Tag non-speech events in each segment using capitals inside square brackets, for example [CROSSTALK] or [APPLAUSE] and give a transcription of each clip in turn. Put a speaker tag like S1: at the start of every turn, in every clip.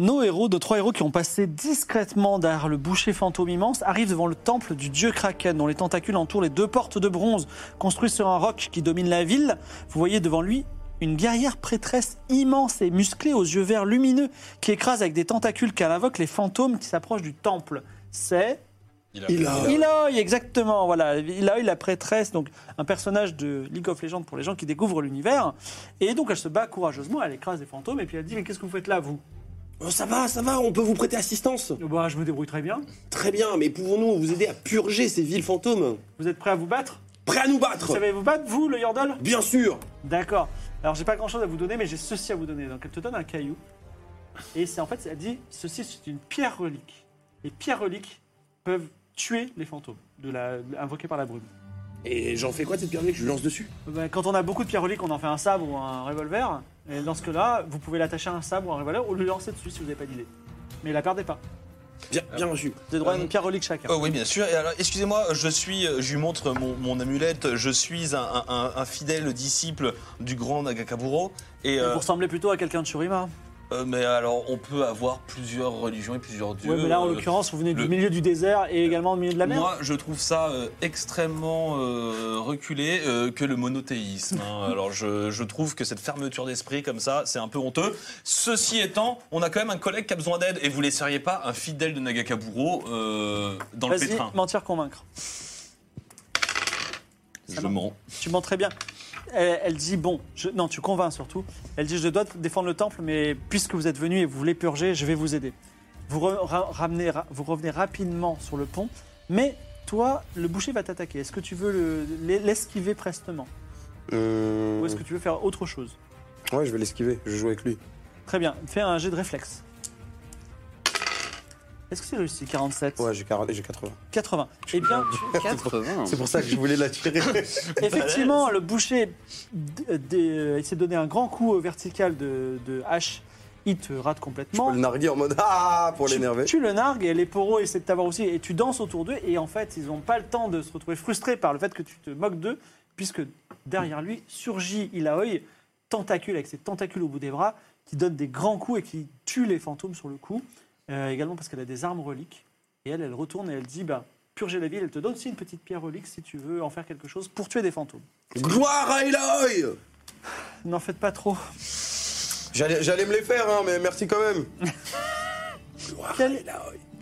S1: Nos héros, nos trois héros qui ont passé discrètement derrière le boucher fantôme immense, arrivent devant le temple du dieu Kraken, dont les tentacules entourent les deux portes de bronze construites sur un roc qui domine la ville. Vous voyez devant lui une guerrière prêtresse immense et musclée aux yeux verts lumineux qui écrase avec des tentacules qu'elle invoque les fantômes qui s'approchent du temple. C'est
S2: Il a.
S1: Iloy, exactement, voilà. Iloy, la prêtresse, donc un personnage de League of Legends pour les gens qui découvrent l'univers. Et donc elle se bat courageusement, elle écrase des fantômes et puis elle dit Mais qu'est-ce que vous faites là, vous
S2: Oh, ça va, ça va, on peut vous prêter assistance.
S1: Bah, je me débrouille très bien.
S2: Très bien, mais pouvons-nous vous aider à purger ces villes fantômes
S1: Vous êtes prêts à vous battre
S2: Prêt à nous battre
S1: Vous savez vous battre, vous, le Yordle
S2: Bien sûr
S1: D'accord. Alors, j'ai pas grand chose à vous donner, mais j'ai ceci à vous donner. Donc, elle te donne un caillou. Et c'est en fait, elle dit ceci, c'est une pierre relique. Les pierres reliques peuvent tuer les fantômes de la, invoqués par la brume.
S2: Et j'en fais quoi de cette pierre que je lui lance dessus
S1: Ben, Quand on a beaucoup de pierres reliques, on en fait un sabre ou un revolver. Et dans ce cas-là, vous pouvez l'attacher à un sabre ou un revolver ou le lancer dessus si vous n'avez pas d'idée. Mais la perdez pas. Euh,
S2: Bien, Ah. bien reçu.
S1: Vous avez droit à une pierre relique chacun.
S3: Oh oui, bien sûr. Et alors, excusez-moi, je suis, euh, je lui montre mon, mon amulette. Je suis un, un- un- un fidèle disciple du grand Nagakaburo. Et,
S1: Et
S3: euh,
S1: Vous ressemblez plutôt à quelqu'un de Shurima.
S3: euh, mais alors, on peut avoir plusieurs religions et plusieurs dieux.
S1: Ouais, mais là, en
S3: euh,
S1: l'occurrence, vous venez du
S3: le-
S1: milieu du désert et également du milieu de la mer.
S3: Moi, je trouve ça euh, extrêmement euh, reculé euh, que le monothéisme.
S1: [LAUGHS]
S3: hein. Alors, je, je trouve que cette fermeture d'esprit comme ça, c'est un peu honteux. Ceci étant, on a quand même un collègue qui a besoin d'aide et vous laisseriez pas un fidèle de Nagakaburo euh, dans le
S1: Vas-y,
S3: pétrin.
S1: mentir, convaincre.
S3: Je mens.
S1: Tu mens très bien. Elle, elle dit bon, je- non, tu convaincs surtout. Elle dit je dois défendre le temple, mais puisque vous êtes venu et vous voulez purger, je vais vous aider. Vous, re- ra- ramenez, ra- vous revenez rapidement sur le pont, mais toi, le boucher va t'attaquer. Est-ce que tu veux le- l'es- l'esquiver prestement
S4: Hum,
S1: ou est-ce que tu veux faire autre chose
S4: Ouais, je vais l'esquiver, je joue avec lui.
S1: Très bien, fais un jet de réflexe. Est-ce que c'est réussi 47
S4: Ouais, j'ai 40 j'ai 80.
S1: 80. Eh bien, tu-
S5: 80.
S4: C'est pour ça que je voulais l'attirer.
S1: [LAUGHS]
S4: [LAUGHS]
S1: Effectivement, le boucher d- d- euh, essaie de donner un grand coup euh, vertical de, de hache. Il te rate complètement.
S4: le narguer en mode Ah pour
S1: Tu-
S4: l'énerver.
S1: Tu, le nargues et les poros essaient de t'avoir aussi. Et tu danses autour d'eux. Et en fait, ils n'ont pas le temps de se retrouver frustrés par le fait que tu te moques d'eux, puisque derrière lui surgit Ilaoi, tentacule avec ses tentacules au bout des bras, qui donne des grands coups et qui tue les fantômes sur le coup. Euh, également parce qu'elle a des armes reliques. Et elle, elle retourne et elle dit bah, Purger la ville, elle te donne aussi une petite pierre relique si tu veux en faire quelque chose pour tuer des fantômes.
S4: Gloire à Eloy
S1: N'en faites pas trop.
S4: J'allais j'allais me les faire, hein, mais merci quand même.
S1: Quel,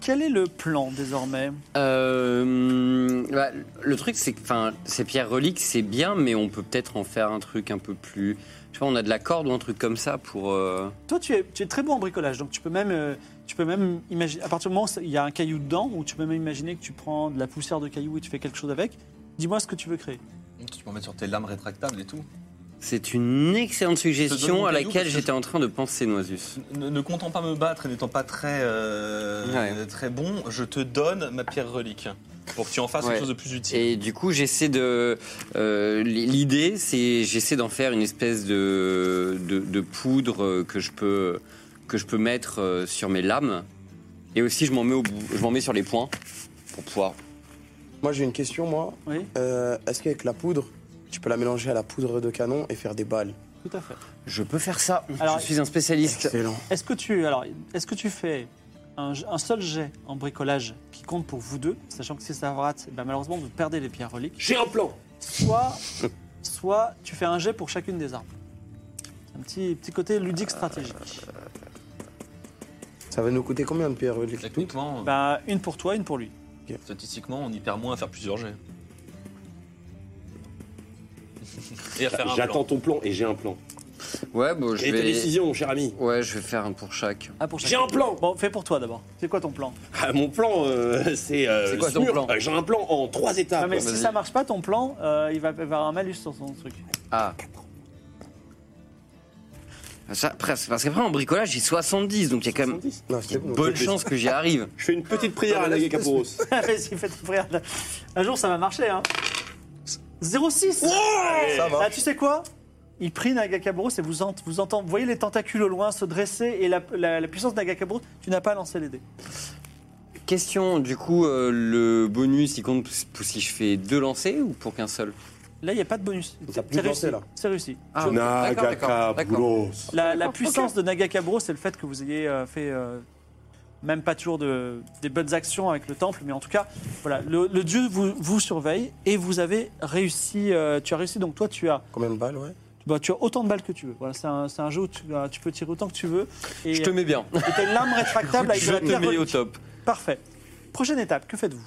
S1: quel est le plan désormais
S5: Euh, bah, le truc, c'est que enfin, ces pierres reliques, c'est bien, mais on peut peut-être en faire un truc un peu plus. Je sais pas, on a de la corde ou un truc comme ça pour. euh,
S1: Toi, tu es, tu es très bon en bricolage, donc tu peux même, euh, tu peux même imaginer. À partir du moment où il y a un caillou dedans, ou tu peux même imaginer que tu prends de la poussière de caillou et tu fais quelque chose avec. Dis-moi ce que tu veux créer.
S3: Tu peux mettre sur tes lames rétractables et tout.
S5: C'est une excellente
S3: Je te donne
S5: suggestion
S3: mon
S5: à
S3: caillou parce
S5: laquelle
S3: que
S5: j'étais en train de penser, Noisus.
S3: Ne, ne comptant pas me battre et n'étant pas très, euh,
S5: Ouais.
S3: très bon, je te donne ma pierre relique pour que tu en fasses
S5: Ouais.
S3: quelque chose de plus utile.
S5: Et du coup, j'essaie de. euh, L'idée, c'est j'essaie d'en faire une espèce de, de, de poudre euh, que je peux que je peux mettre euh, sur mes lames. Et aussi, je m'en mets au bout- je m'en mets sur les poings pour pouvoir.
S4: Moi j'ai une question, moi.
S1: Oui,
S4: Euh, Est-ce qu'avec la poudre, tu peux la mélanger à la poudre de canon et faire des balles
S1: tout à fait.
S5: Je peux faire ça.
S1: Alors-
S5: je suis un spécialiste.
S4: Excellent.
S1: Est-ce que tu, alors, est-ce que tu fais un, j- un seul jet en bricolage qui compte pour vous deux, sachant que si ça rate, eh ben, malheureusement vous perdez les pierres reliques.
S2: J'ai un plan
S1: Soit, soit tu fais un jet pour chacune des armes. Un petit, petit côté ludique stratégique.
S4: Ça va nous coûter combien de pierres reliques tout
S3: Techniquement,
S1: Bah, une pour toi, une pour lui.
S3: statistiquement, on y perd moins à faire plusieurs jets. [LAUGHS] et à faire un
S2: J'attends
S3: plan.
S2: ton plan et j'ai un plan.
S5: Ouais, bon, je
S2: Et tes
S5: vais.
S2: décisions, cher ami
S5: Ouais, je vais faire un pour chaque.
S1: Ah, pour
S2: J'ai
S1: chacun.
S2: un plan
S1: Bon, fais pour toi d'abord. C'est quoi ton plan
S2: Ah, Mon plan, euh, c'est. euh,
S5: C'est quoi ton
S2: smur.
S5: plan
S2: Euh, J'ai un plan en trois étapes.
S1: Non,
S4: Ah, bah,
S1: mais si
S5: vas-y.
S1: ça marche pas, ton plan,
S4: [LAUGHS]
S1: euh, il va il va avoir un malus sur son truc.
S5: Ah. Ça, presque. Parce qu'après, en bricolage, j'ai 70, donc il y a quand même
S2: 70.
S4: Non, c'est bon.
S5: bonne chance que j'y arrive.
S2: Je fais une petite prière à Nagé Capouros.
S1: Ah, Vas-y, fais ton frère. Un jour, ça va marcher. Hein. 06
S4: Ça va.
S1: Ah, tu sais quoi Il prie Nagakabros et vous, ent- vous entend. Vous voyez les tentacules au loin se dresser et la, la- la puissance de Nagakabros, tu n'as pas lancé les dés.
S5: Question, du coup, euh, le bonus, il compte pour si je fais deux lancers ou pour qu'un seul
S1: Là, il n'y a pas de bonus.
S4: T'as
S1: C'est
S4: plus de
S1: réussi.
S4: lancé, là.
S1: C'est réussi.
S5: Ah, ok. D'accord, d'accord, d'accord.
S2: Nagakabouros.
S1: La, la
S5: d'accord,
S1: puissance de Nagakabros, c'est le fait que vous ayez euh, fait euh, même pas toujours de, des bonnes actions avec le temple, mais en tout cas, voilà, le, le dieu vous, vous surveille et vous avez réussi. euh, tu as réussi, donc toi, tu as,
S4: Combien de balles, ouais
S1: bah, tu as autant de balles que tu veux. Voilà, c'est un, c'est un jeu où tu, as- tu peux tirer autant que tu veux. Et euh,
S5: Je te mets bien.
S1: et t'as une lame rétractable avec de
S5: Je
S1: la
S5: te
S1: pierre
S5: mets au
S1: relique.
S5: top.
S1: Parfait. Prochaine étape, que faites-vous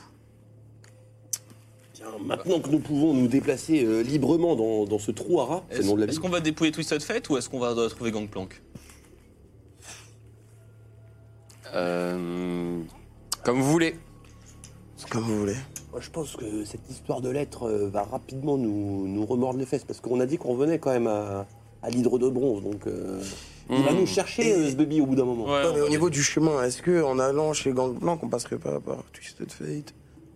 S2: Tiens, maintenant que nous pouvons nous déplacer euh, librement dans, dans ce trou à rats, c'est le nom de la
S3: Est-ce
S2: ville.
S3: est-ce qu'on va dépouiller Twisted Fate ou est-ce qu'on va euh, trouver Gangplank
S5: Euh, comme vous voulez.
S4: Comme vous voulez.
S2: Moi, Je pense que cette histoire de lettres euh, va rapidement nous, nous remordre les fesses parce qu'on a dit qu'on revenait quand même à, à l'hydre de bronze, donc euh, il va
S5: Mmh.
S2: nous chercher euh, ce baby au bout d'un moment.
S4: Non, mais au niveau du chemin, est-ce que en allant chez Gangplank, on passerait pas par Twisted Fate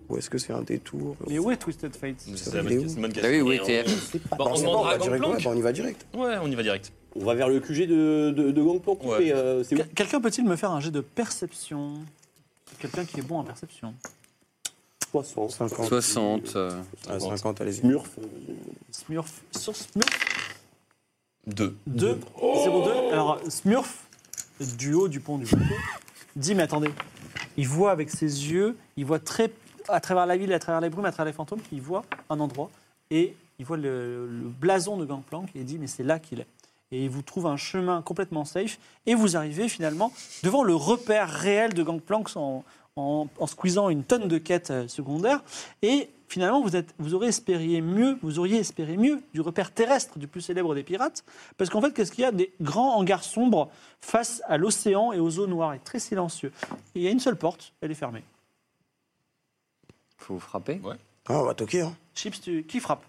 S4: Ou est-ce que c'est un détour
S1: Mais où est Twisted Fate
S3: C'est la
S4: il
S3: bonne
S4: est où
S3: question- bonne
S5: Ah
S3: question.
S5: oui, oui,
S3: Et on-
S5: t'es-
S3: Bah,
S4: Bah,
S3: on
S4: c'est bon,
S3: demandera à
S4: va direct-
S3: Gangplank.
S4: ouais, bah, on y va direct.
S3: Ouais, on y va direct.
S2: On va vers le QG de, de, de Gangplank,
S3: Ouais.
S2: mais, euh, c'est où
S1: Quel- Quelqu'un peut-il me faire un jet de perception Quelqu'un qui est bon en perception.
S2: 60.
S4: 50.
S5: 60. euh,
S4: Ah, 50, allez-y.
S2: Smurf.
S1: Smurf. Sur Smurf
S3: Deux.
S1: 2, 02. Alors, Smurf, du haut du pont du bateau, dit Mais attendez, il voit avec ses yeux, il voit très. à travers la ville, à travers les brumes, à travers les fantômes, il voit un endroit et il voit le, le blason de Gangplank et il dit Mais c'est là qu'il est. Et il vous trouve un chemin complètement safe et vous arrivez finalement devant le repère réel de Gangplank en, en, en squeezant une tonne de quêtes euh, secondaires. Et finalement, vous, êtes, vous, aurez espéré mieux, vous auriez espéré mieux du repère terrestre du plus célèbre des pirates. Parce qu'en fait, qu'est-ce qu'il y a Des grands hangars sombres face à l'océan et aux eaux noires et très silencieux. Et il y a une seule porte, elle est fermée.
S5: faut frapper.
S4: Ah, on va toquer, hein.
S1: Chips, tu, qui frappe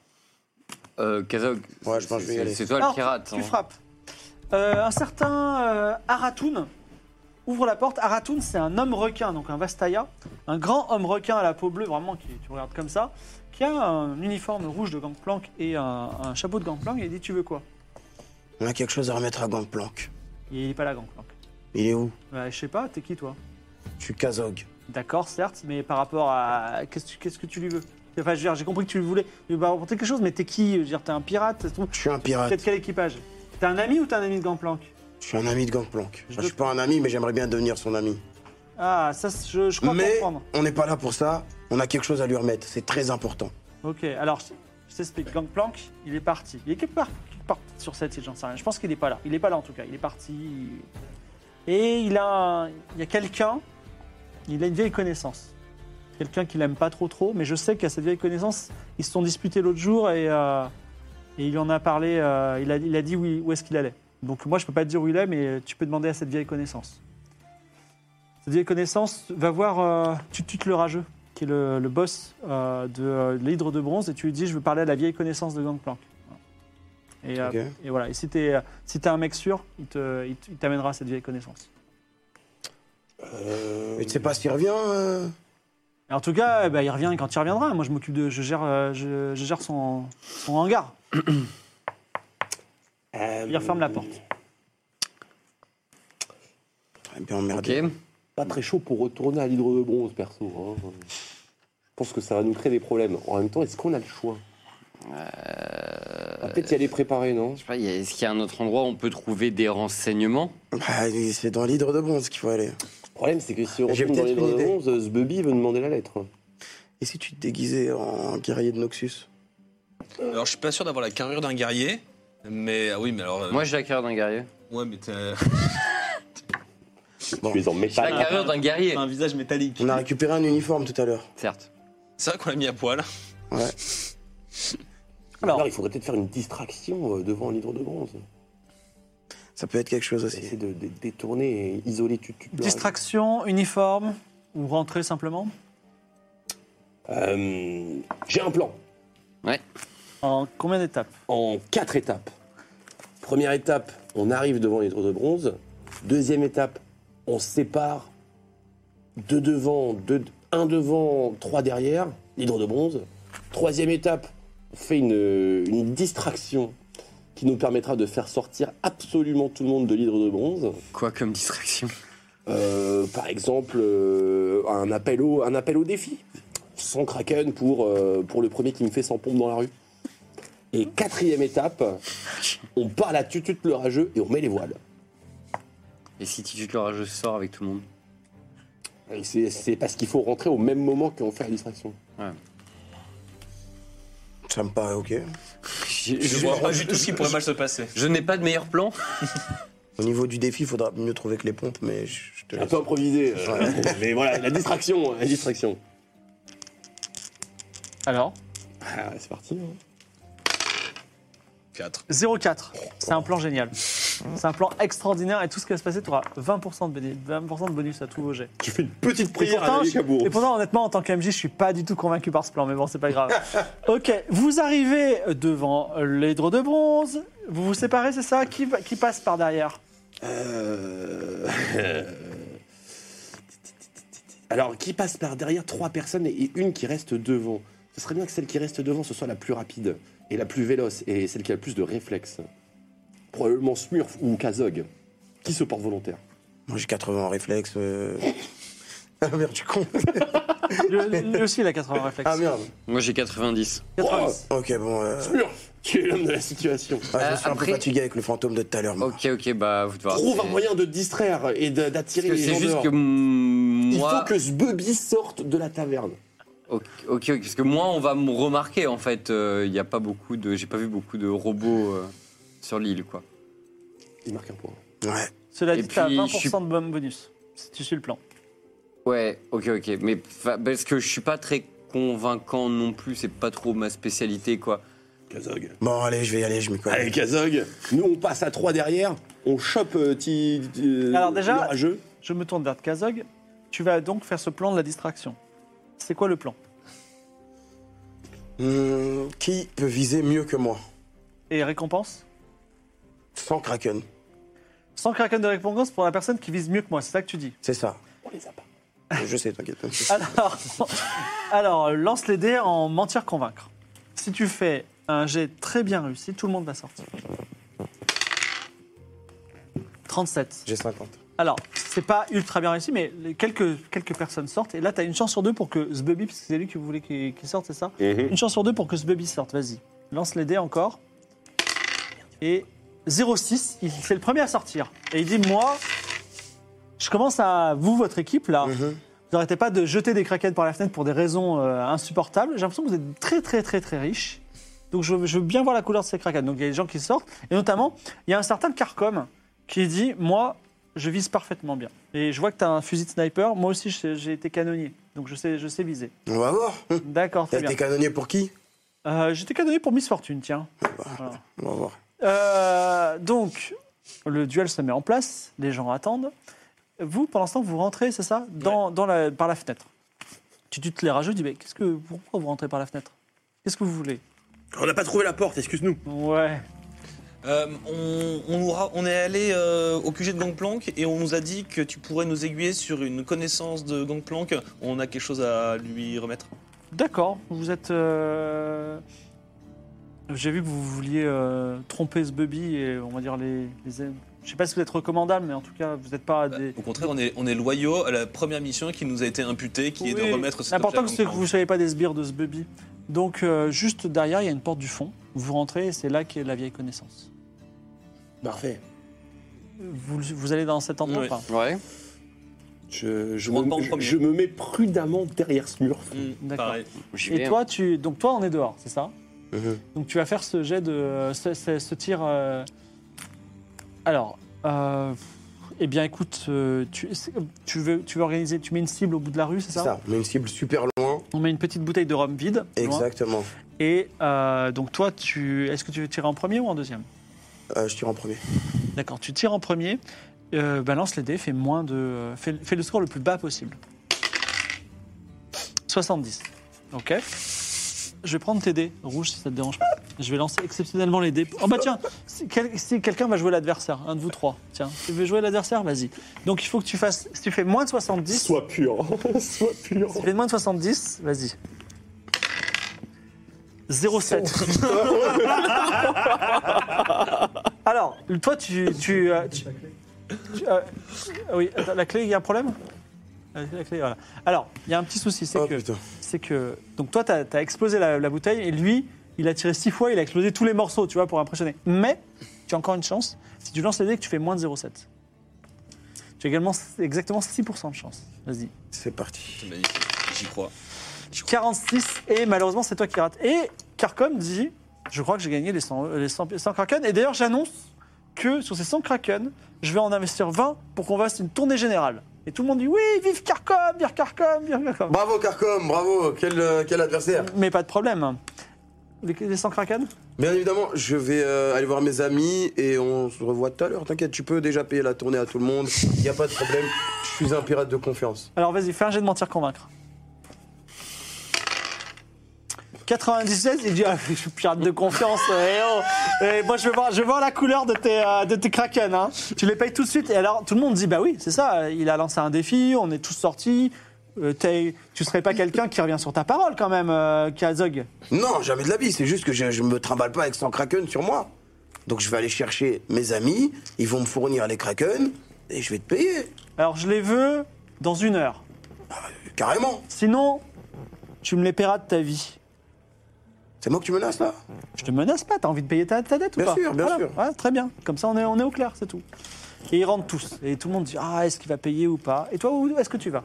S5: Euh, Kazog,
S4: Ouais, je pense que je vais y
S5: c'est-
S4: aller.
S5: C'est toi
S1: Alors,
S5: le pirate.
S1: Tu
S5: hein.
S1: frappes. Euh, un certain euh, Aratoun ouvre la porte. Aratoun, c'est un homme requin, donc un Vastaya, un grand homme requin à la peau bleue, vraiment, qui tu regardes comme ça, qui a un uniforme rouge de Gangplank et un, un chapeau de Gangplank. Et il dit Tu veux quoi
S4: On a quelque chose à remettre à Gangplank.
S1: Il n'est pas là, Gangplank.
S4: Il est où
S1: Bah, je sais pas, t'es qui toi
S4: Je suis Kazog.
S1: D'accord, certes, mais par rapport à. Qu'est-ce que- qu'est-ce que tu lui veux Enfin, je veux dire, j'ai compris que tu lui voulais lui apporter quelque chose, mais t'es qui Je veux dire, t'es un pirate, ça se trouve.
S4: Je suis un pirate.
S1: Peut-être quel équipage T'es un ami ou t'es un ami de Gangplank
S4: Je suis un ami de Gangplank.
S1: Je
S4: Enfin, je suis pas un ami, mais j'aimerais bien devenir son ami.
S1: Ah, ça, je, je crois
S4: Mais
S1: comprendre.
S4: on n'est pas là pour ça. On a quelque chose à lui remettre. C'est très important.
S1: Ok, alors, je- je t'explique. Gangplank, il est parti. Il est quelque part, quelque part sur cette île, j'en sais rien. Je pense qu'il n'est pas là. Il n'est pas là, en tout cas. Il est parti. Et il a, un- il y a quelqu'un, il a une vieille connaissance. Quelqu'un qu'il aime pas trop trop, mais je sais qu'à cette vieille connaissance, ils se sont disputés l'autre jour et, euh, et il en a parlé, euh, il, a, il a dit où, il- où est-ce qu'il allait. Donc moi, je peux pas te dire où il est, mais tu peux demander à cette vieille connaissance. Cette vieille connaissance va voir euh, Tutut le Rageux, qui est le, le boss euh, de euh, l'hydre de bronze, et tu lui dis, je veux parler à la vieille connaissance de Gangplank. Voilà. Et, euh,
S4: Ok.
S1: et voilà, et si t'es euh, si t'es un mec sûr, il te- il t- il t'amènera à cette vieille connaissance.
S4: Mais tu sais pas s'il revient euh
S1: Et en tout cas, eh ben, il revient quand il reviendra. Moi, je m'occupe de, je gère, euh, je, je gère son, son hangar.
S2: Euh,
S1: Il referme la porte.
S4: Eh bien, emmerdé.
S5: Ok.
S2: Pas très chaud pour retourner à l'hydre de bronze, perso. hein. Je pense que ça va nous créer des problèmes. En même temps, est-ce qu'on a le choix Ah, Peut-être y aller préparer, non
S5: Je sais pas, y a- est-ce qu'il y a un autre endroit où on peut trouver des renseignements
S4: Bah, c'est dans l'hydre de bronze qu'il faut aller.
S2: Le problème, c'est que si on
S4: J'ai
S2: retourne dans
S4: peut-être
S2: l'hydre
S4: une
S2: de
S4: idée.
S2: bronze, euh, ce bubby veut demander la lettre.
S4: Et si tu te déguisais en guerrier de Noxus
S3: Alors, je suis pas sûr d'avoir la carrure d'un guerrier, mais ah oui, mais alors. euh,
S5: Moi, j'ai la carrure d'un guerrier.
S3: ouais, mais t'as
S4: Bon.
S2: Tu es en
S5: J'ai la
S2: métal.
S5: carrure d'un guerrier,
S3: t'as
S2: Ah.
S3: un visage métallique.
S4: On a récupéré un uniforme tout à l'heure.
S5: certes.
S3: [LAUGHS] C'est vrai qu'on l'a mis à poil.
S2: Alors, il faudrait peut-être faire une distraction euh, devant l'hydre de bronze.
S4: Ça peut être quelque chose aussi.
S2: Essayer de, de détourner et isoler tu, tu-
S1: Distraction, uniforme ou rentrer simplement.
S2: Euh, J'ai un plan
S5: Ouais.
S1: En combien d'étapes
S2: en quatre étapes. Première étape, On arrive devant les tours de bronze. Deuxième étape, on se sépare. Deux devant, deux, un devant, trois derrière, l'hydre de bronze. Troisième étape, on fait une, une distraction qui nous permettra de faire sortir absolument tout le monde de l'hydre de bronze.
S5: Quoi comme distraction
S2: Euh, par exemple, euh, un, appel au, un appel au défi. 100 kraken pour, euh, pour le premier qui me fait 100 pompes dans la rue. Et quatrième étape, on part à la tutute le rageux et on met les voiles.
S5: Et si Titus le rageux sort avec tout le monde
S2: Et C'est c'est parce qu'il faut rentrer au même moment qu'on fait la distraction.
S4: Ça me paraît ok.
S5: Je,
S3: Je
S5: je-
S3: vois pas du tout ce qui pourrait mal se passer.
S5: je n'ai pas de meilleur plan.
S4: Au niveau du défi, il faudra mieux trouver que les pompes, mais je, je te
S2: Un
S4: laisse.
S2: peu improvisé, euh,
S4: Ouais.
S2: [LAUGHS] mais voilà, la distraction, la distraction.
S1: Alors
S2: Ah, c'est parti. hein.
S3: 4.
S1: 0,4. C'est un plan génial. C'est un plan extraordinaire et tout ce qui va se passer, tu auras 20% de, béni- 20% de bonus à tous vos jets.
S2: Je fais une petite
S1: Et
S2: prière à
S1: pourtant,
S2: la
S1: je-
S2: Cabourg.
S1: et pourtant, honnêtement, en tant que MJ, je suis pas du tout convaincu par ce plan, mais bon, c'est pas grave. ok, vous arrivez devant l'hydro de bronze, vous vous séparez, c'est ça qui, va- qui passe par derrière
S2: Euh, [LAUGHS] Alors, qui passe par derrière trois personnes et une qui reste devant Ce serait bien que celle qui reste devant, ce soit la plus rapide et la plus véloce et celle qui a le plus de réflexes. Probablement Smurf ou Kazog. Qui se porte volontaire
S4: Moi, j'ai 80 en réflexe. euh. Ah merde, tu con.
S1: Lui lui aussi, il a 80 réflexes.
S4: [LAUGHS] Ah merde.
S5: Moi j'ai 90.
S1: 90.
S4: Ok, bon. euh,
S2: Oh, Smurf Tu es l'homme de la situation.
S4: ah,
S5: Euh,
S4: je suis un peu
S5: après-
S4: fatigué avec le fantôme de tout à l'heure. moi.
S5: Ok, ok, bah vous devez
S2: Trouve un
S5: c'est-
S2: moyen de te distraire et de-
S5: Parce
S2: d'attirer
S5: que
S2: les
S5: c'est
S2: gens
S5: juste
S2: dehors.
S5: que mm,
S2: Il
S5: moi.
S2: faut que ce bubby sorte de la taverne.
S5: Ok, ok, ok, parce que moi on va me remarquer en fait. euh, Il n'y a pas beaucoup de. J'ai pas vu beaucoup de robots euh, sur l'île quoi.
S2: Il marque un point.
S4: Ouais.
S1: Cela
S5: Et
S1: dit, tu as
S5: puis,
S1: 20%
S5: je suis-
S1: de bon- bonus si tu suis le plan.
S5: Ouais, ok, ok. Mais fa- parce que je suis pas très convaincant non plus, c'est pas trop ma spécialité quoi.
S2: Kazog.
S4: Bon, allez, je vais y aller, je m'y connais.
S2: Allez, Kazog, nous on passe à 3 derrière, on chope euh, ti, ti-
S1: Alors déjà-
S2: le rageux.
S1: Je me tourne vers Kazog. Tu vas donc faire ce plan de la distraction. C'est quoi le plan
S4: Hmm, qui peut viser mieux que moi
S1: Et récompense
S4: Sans Kraken,
S1: Sans kraken de récompense pour la personne qui vise mieux que moi, c'est ça que tu dis.
S4: c'est ça. Euh,
S2: On les a pas.
S4: Je sais, t'inquiète
S2: [LAUGHS]
S4: pas.
S1: Alors, [LAUGHS] alors, lance les dés en mentir convaincre. Si tu fais un jet très bien réussi, tout le monde va sortir. 37.
S4: J'ai 50.
S1: Alors, c'est pas ultra bien réussi, mais les- quelques, quelques personnes sortent. Et là, tu as une chance sur deux pour que ce baby, parce que c'est lui que vous voulez qu'il qu'il sorte, c'est ça
S6: Mhm.
S1: Une chance sur deux pour que ce baby sorte, vas-y. Lance les dés encore. Et 06, il- c'est le premier à sortir. Et il dit, moi, je commence à... Vous, votre équipe, là, vous n'arrêtez pas de jeter des kraken par la fenêtre pour des raisons euh, insupportables. J'ai l'impression que vous êtes très, très, très, très riches. Donc je, veux- je veux bien voir la couleur de ces kraken. Donc il y a des gens qui sortent. Et notamment, il y a un certain Carcom qui dit, moi, je vise parfaitement bien. Et je vois que tu as un fusil de sniper. Moi aussi, je- j'ai été canonnier. Donc je sais, je sais viser.
S4: On va voir. Hum.
S1: D'accord,
S4: T'as
S1: très bien.
S4: été canonnier pour qui
S1: Euh, J'étais canonné pour Miss Fortune, tiens. Voilà.
S4: On va voir.
S1: Euh, donc, le duel se met en place, les gens attendent. Vous, pendant ce temps, vous rentrez, c'est ça dans, dans la, Par la fenêtre. Tu, tu te les rageux, tu dis mais qu'est-ce que, pourquoi vous rentrez par la fenêtre Qu'est-ce que vous voulez
S2: On n'a pas trouvé la porte, excuse-nous.
S1: Ouais.
S3: Euh, on, on nous ra- on est allé euh, au QG de Gangplank et on nous a dit que tu pourrais nous aiguiller sur une connaissance de Gangplank. On a quelque chose à lui remettre.
S1: D'accord, vous êtes. euh, J'ai vu que vous vouliez euh, tromper ce bubby et on va dire les. les... Je sais pas si vous êtes recommandable, mais en tout cas, vous n'êtes pas
S2: Bah,
S1: des.
S3: Au contraire, on est, on est loyaux à la première mission qui nous a été imputée, qui est
S1: Oui,
S3: de remettre cet objet à
S1: L'important, c'est que
S3: Gangplank.
S1: vous ne soyez pas des sbires de ce baby. Donc, euh, juste derrière, il y a une porte du fond. Vous rentrez et c'est là qu'est la vieille connaissance.
S2: Parfait.
S1: Vous, vous allez dans cet endroit
S3: Ouais.
S1: ou pas
S5: Ouais.
S2: Je, je,
S3: On rentre pas en
S2: me, je,
S3: premier.
S2: je me mets prudemment derrière ce mur.
S3: Mmh,
S1: D'accord.
S3: pareil.
S5: J'y
S1: Et
S5: vais, hein.
S1: toi, tu, donc toi, on est dehors, c'est ça
S4: Mhm.
S1: Donc tu vas faire ce jet de euh, ce, ce- ce tir. euh, Alors, euh, eh bien, écoute, euh, tu, c'est- tu veux, tu veux organiser, tu mets une cible au bout de la rue, c'est
S4: C'est
S1: ça,
S4: ça. On met une cible super loin.
S1: On met une petite bouteille de rhum vide. loin.
S4: Exactement.
S1: Et euh, donc toi, tu, est-ce que tu veux tirer en premier ou en deuxième
S4: Euh, je tire en premier.
S1: D'accord, tu tires en premier, euh, balance les dés, fais moins de. euh, Fais, fais le score le plus bas possible. 70. Ok. je vais prendre tes dés rouges si ça te dérange pas. Je vais lancer exceptionnellement les dés. Oh bah tiens, si, quel- si quelqu'un va jouer l'adversaire, un de vous trois, tiens, tu veux jouer l'adversaire Vas-y. Donc il faut que tu fasses, si tu fais moins de 70, si
S6: Sois pur, hein. [LAUGHS] sois pur.
S1: tu fais moins de 70, vas-y. 0,7. [LAUGHS] Alors, toi, tu. tu, euh, tu- tu- euh, oui, attends, la clé, il y a un problème Euh, La clé, voilà. Alors, il y a un petit souci, c'est
S4: Oh,
S1: que
S4: putain.
S1: c'est que. Donc toi, t'as as explosé la, la bouteille et lui, il a tiré six fois, il a explosé tous les morceaux, tu vois, pour impressionner. Mais tu as encore une chance si tu lances les dés et que tu fais moins de 0,7. Tu as également s- exactement 6% de chance. Vas-y.
S4: C'est parti.
S3: C'est magnifique, j'y crois.
S1: 46 et malheureusement, c'est toi qui rates. Et Carcom dit Je crois que j'ai gagné les 100, euh, les 100 100 Kraken. Et d'ailleurs, j'annonce que sur ces 100 Kraken, je vais en investir 20 pour qu'on fasse une tournée générale. Et tout le monde dit Oui, vive Carcom, vive Carcom, vive Carcom.
S4: Bravo Carcom, bravo. Quel, euh, quel adversaire.
S1: Mais pas de problème. Les, les 100 Kraken
S4: Bien évidemment, je vais euh, aller voir mes amis et on se revoit tout à l'heure. T'inquiète, tu peux déjà payer la tournée à tout le monde. Il n'y a pas de problème. Je suis un pirate de confiance.
S1: Alors vas-y, fais un jet de mentir convaincre. 96, il dit ah, je suis pirate de confiance. eh oh. Eh, moi je veux voir, je veux voir la couleur de tes, euh, de tes kraken. hein. Tu les payes tout de suite. Et alors tout le monde dit bah oui, c'est ça. euh, Il a lancé un défi, on est tous sortis. Euh, t'es- tu serais pas quelqu'un qui revient sur ta parole quand même, euh, Kazog.
S4: Non, jamais de la vie. C'est juste que je ne me trimballe pas avec 100 kraken sur moi. Donc je vais aller chercher mes amis. Ils vont me fournir les kraken et je vais te payer.
S1: Alors je les veux dans une heure.
S4: Carrément.
S1: Sinon, tu me les paieras de ta vie.
S4: C'est moi que tu menaces là
S1: Je te menace pas, t'as envie de payer ta, ta dette ou pas
S4: Bien sûr, bien sûr.
S1: ouais, très bien, comme ça on est, on est au clair, c'est tout. Et ils rentrent tous, et tout le monde dit Ah, est-ce qu'il va payer ou pas Et toi, où est-ce que tu vas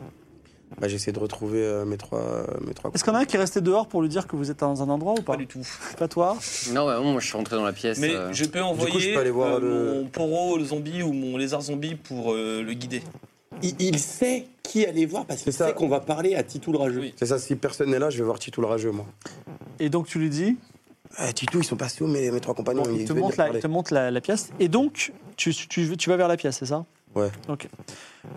S4: Bah, j'essaie de retrouver euh, mes trois, euh, mes trois.
S1: Est-ce qu'il y en a un qui est resté dehors pour lui dire que vous êtes dans un endroit ou pas
S3: Pas du tout.
S1: Pas toi
S5: Non, bah, moi, je suis rentré dans la pièce.
S3: Mais
S5: euh,
S3: je peux envoyer
S4: je peux aller voir
S3: euh,
S4: le-
S3: mon poro le zombie ou mon lézard zombie pour euh, le guider.
S2: Il, il sait qui aller voir parce qu'il
S4: C'est ça.
S2: sait qu'on va parler à Titou le rageux.
S3: Oui.
S4: C'est ça, si personne n'est là, je vais voir Titou le rageux, moi.
S1: Et donc tu lui dis
S4: Eh, Titou, ils sont passés où mes, mes trois compagnons
S1: Bon, il, te
S4: devaient
S1: montre
S4: venir
S1: la, il te
S4: parler.
S1: montre la- la pièce. Et donc, tu, tu- tu vas vers la pièce, c'est ça
S4: Ouais.
S1: Ok.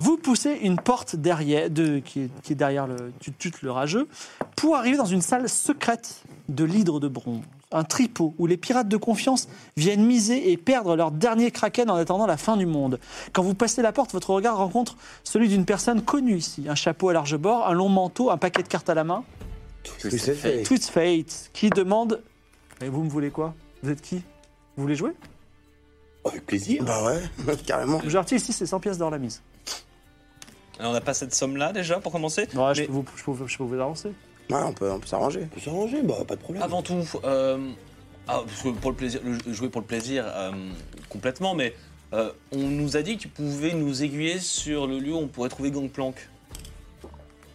S1: Vous poussez une porte derrière, de, qui, est, qui est derrière le tutute le rageux, pour arriver dans une salle secrète de l'hydre de bronze. Un tripot où les pirates de confiance viennent miser et perdre leur dernier kraken en attendant la fin du monde. Quand vous passez la porte, votre regard rencontre celui d'une personne connue ici. Un chapeau à large bord, un long manteau, un paquet de cartes à la main.
S4: Tu sais,
S5: fait.
S4: fait.
S1: Twist Fate qui demande Et vous me voulez quoi Vous êtes qui Vous voulez jouer
S2: Avec plaisir.
S4: Bah ouais, [LAUGHS] carrément.
S1: Le jartier ici, c'est 100 pièces d'or la mise.
S3: Alors, on n'a pas cette somme-là déjà pour commencer.
S1: Non, je,
S3: Mais
S1: peux vous, je, peux, vous- je peux vous avancer.
S4: Ouais, on peut, on peut s'arranger.
S2: On peut s'arranger, bah pas de problème.
S3: avant tout, euh, ah, parce que pour le plaisir, le- jouer pour le plaisir euh, complètement, mais euh, on nous a dit que tu pouvais nous aiguiller sur le lieu où on pourrait trouver Gangplank.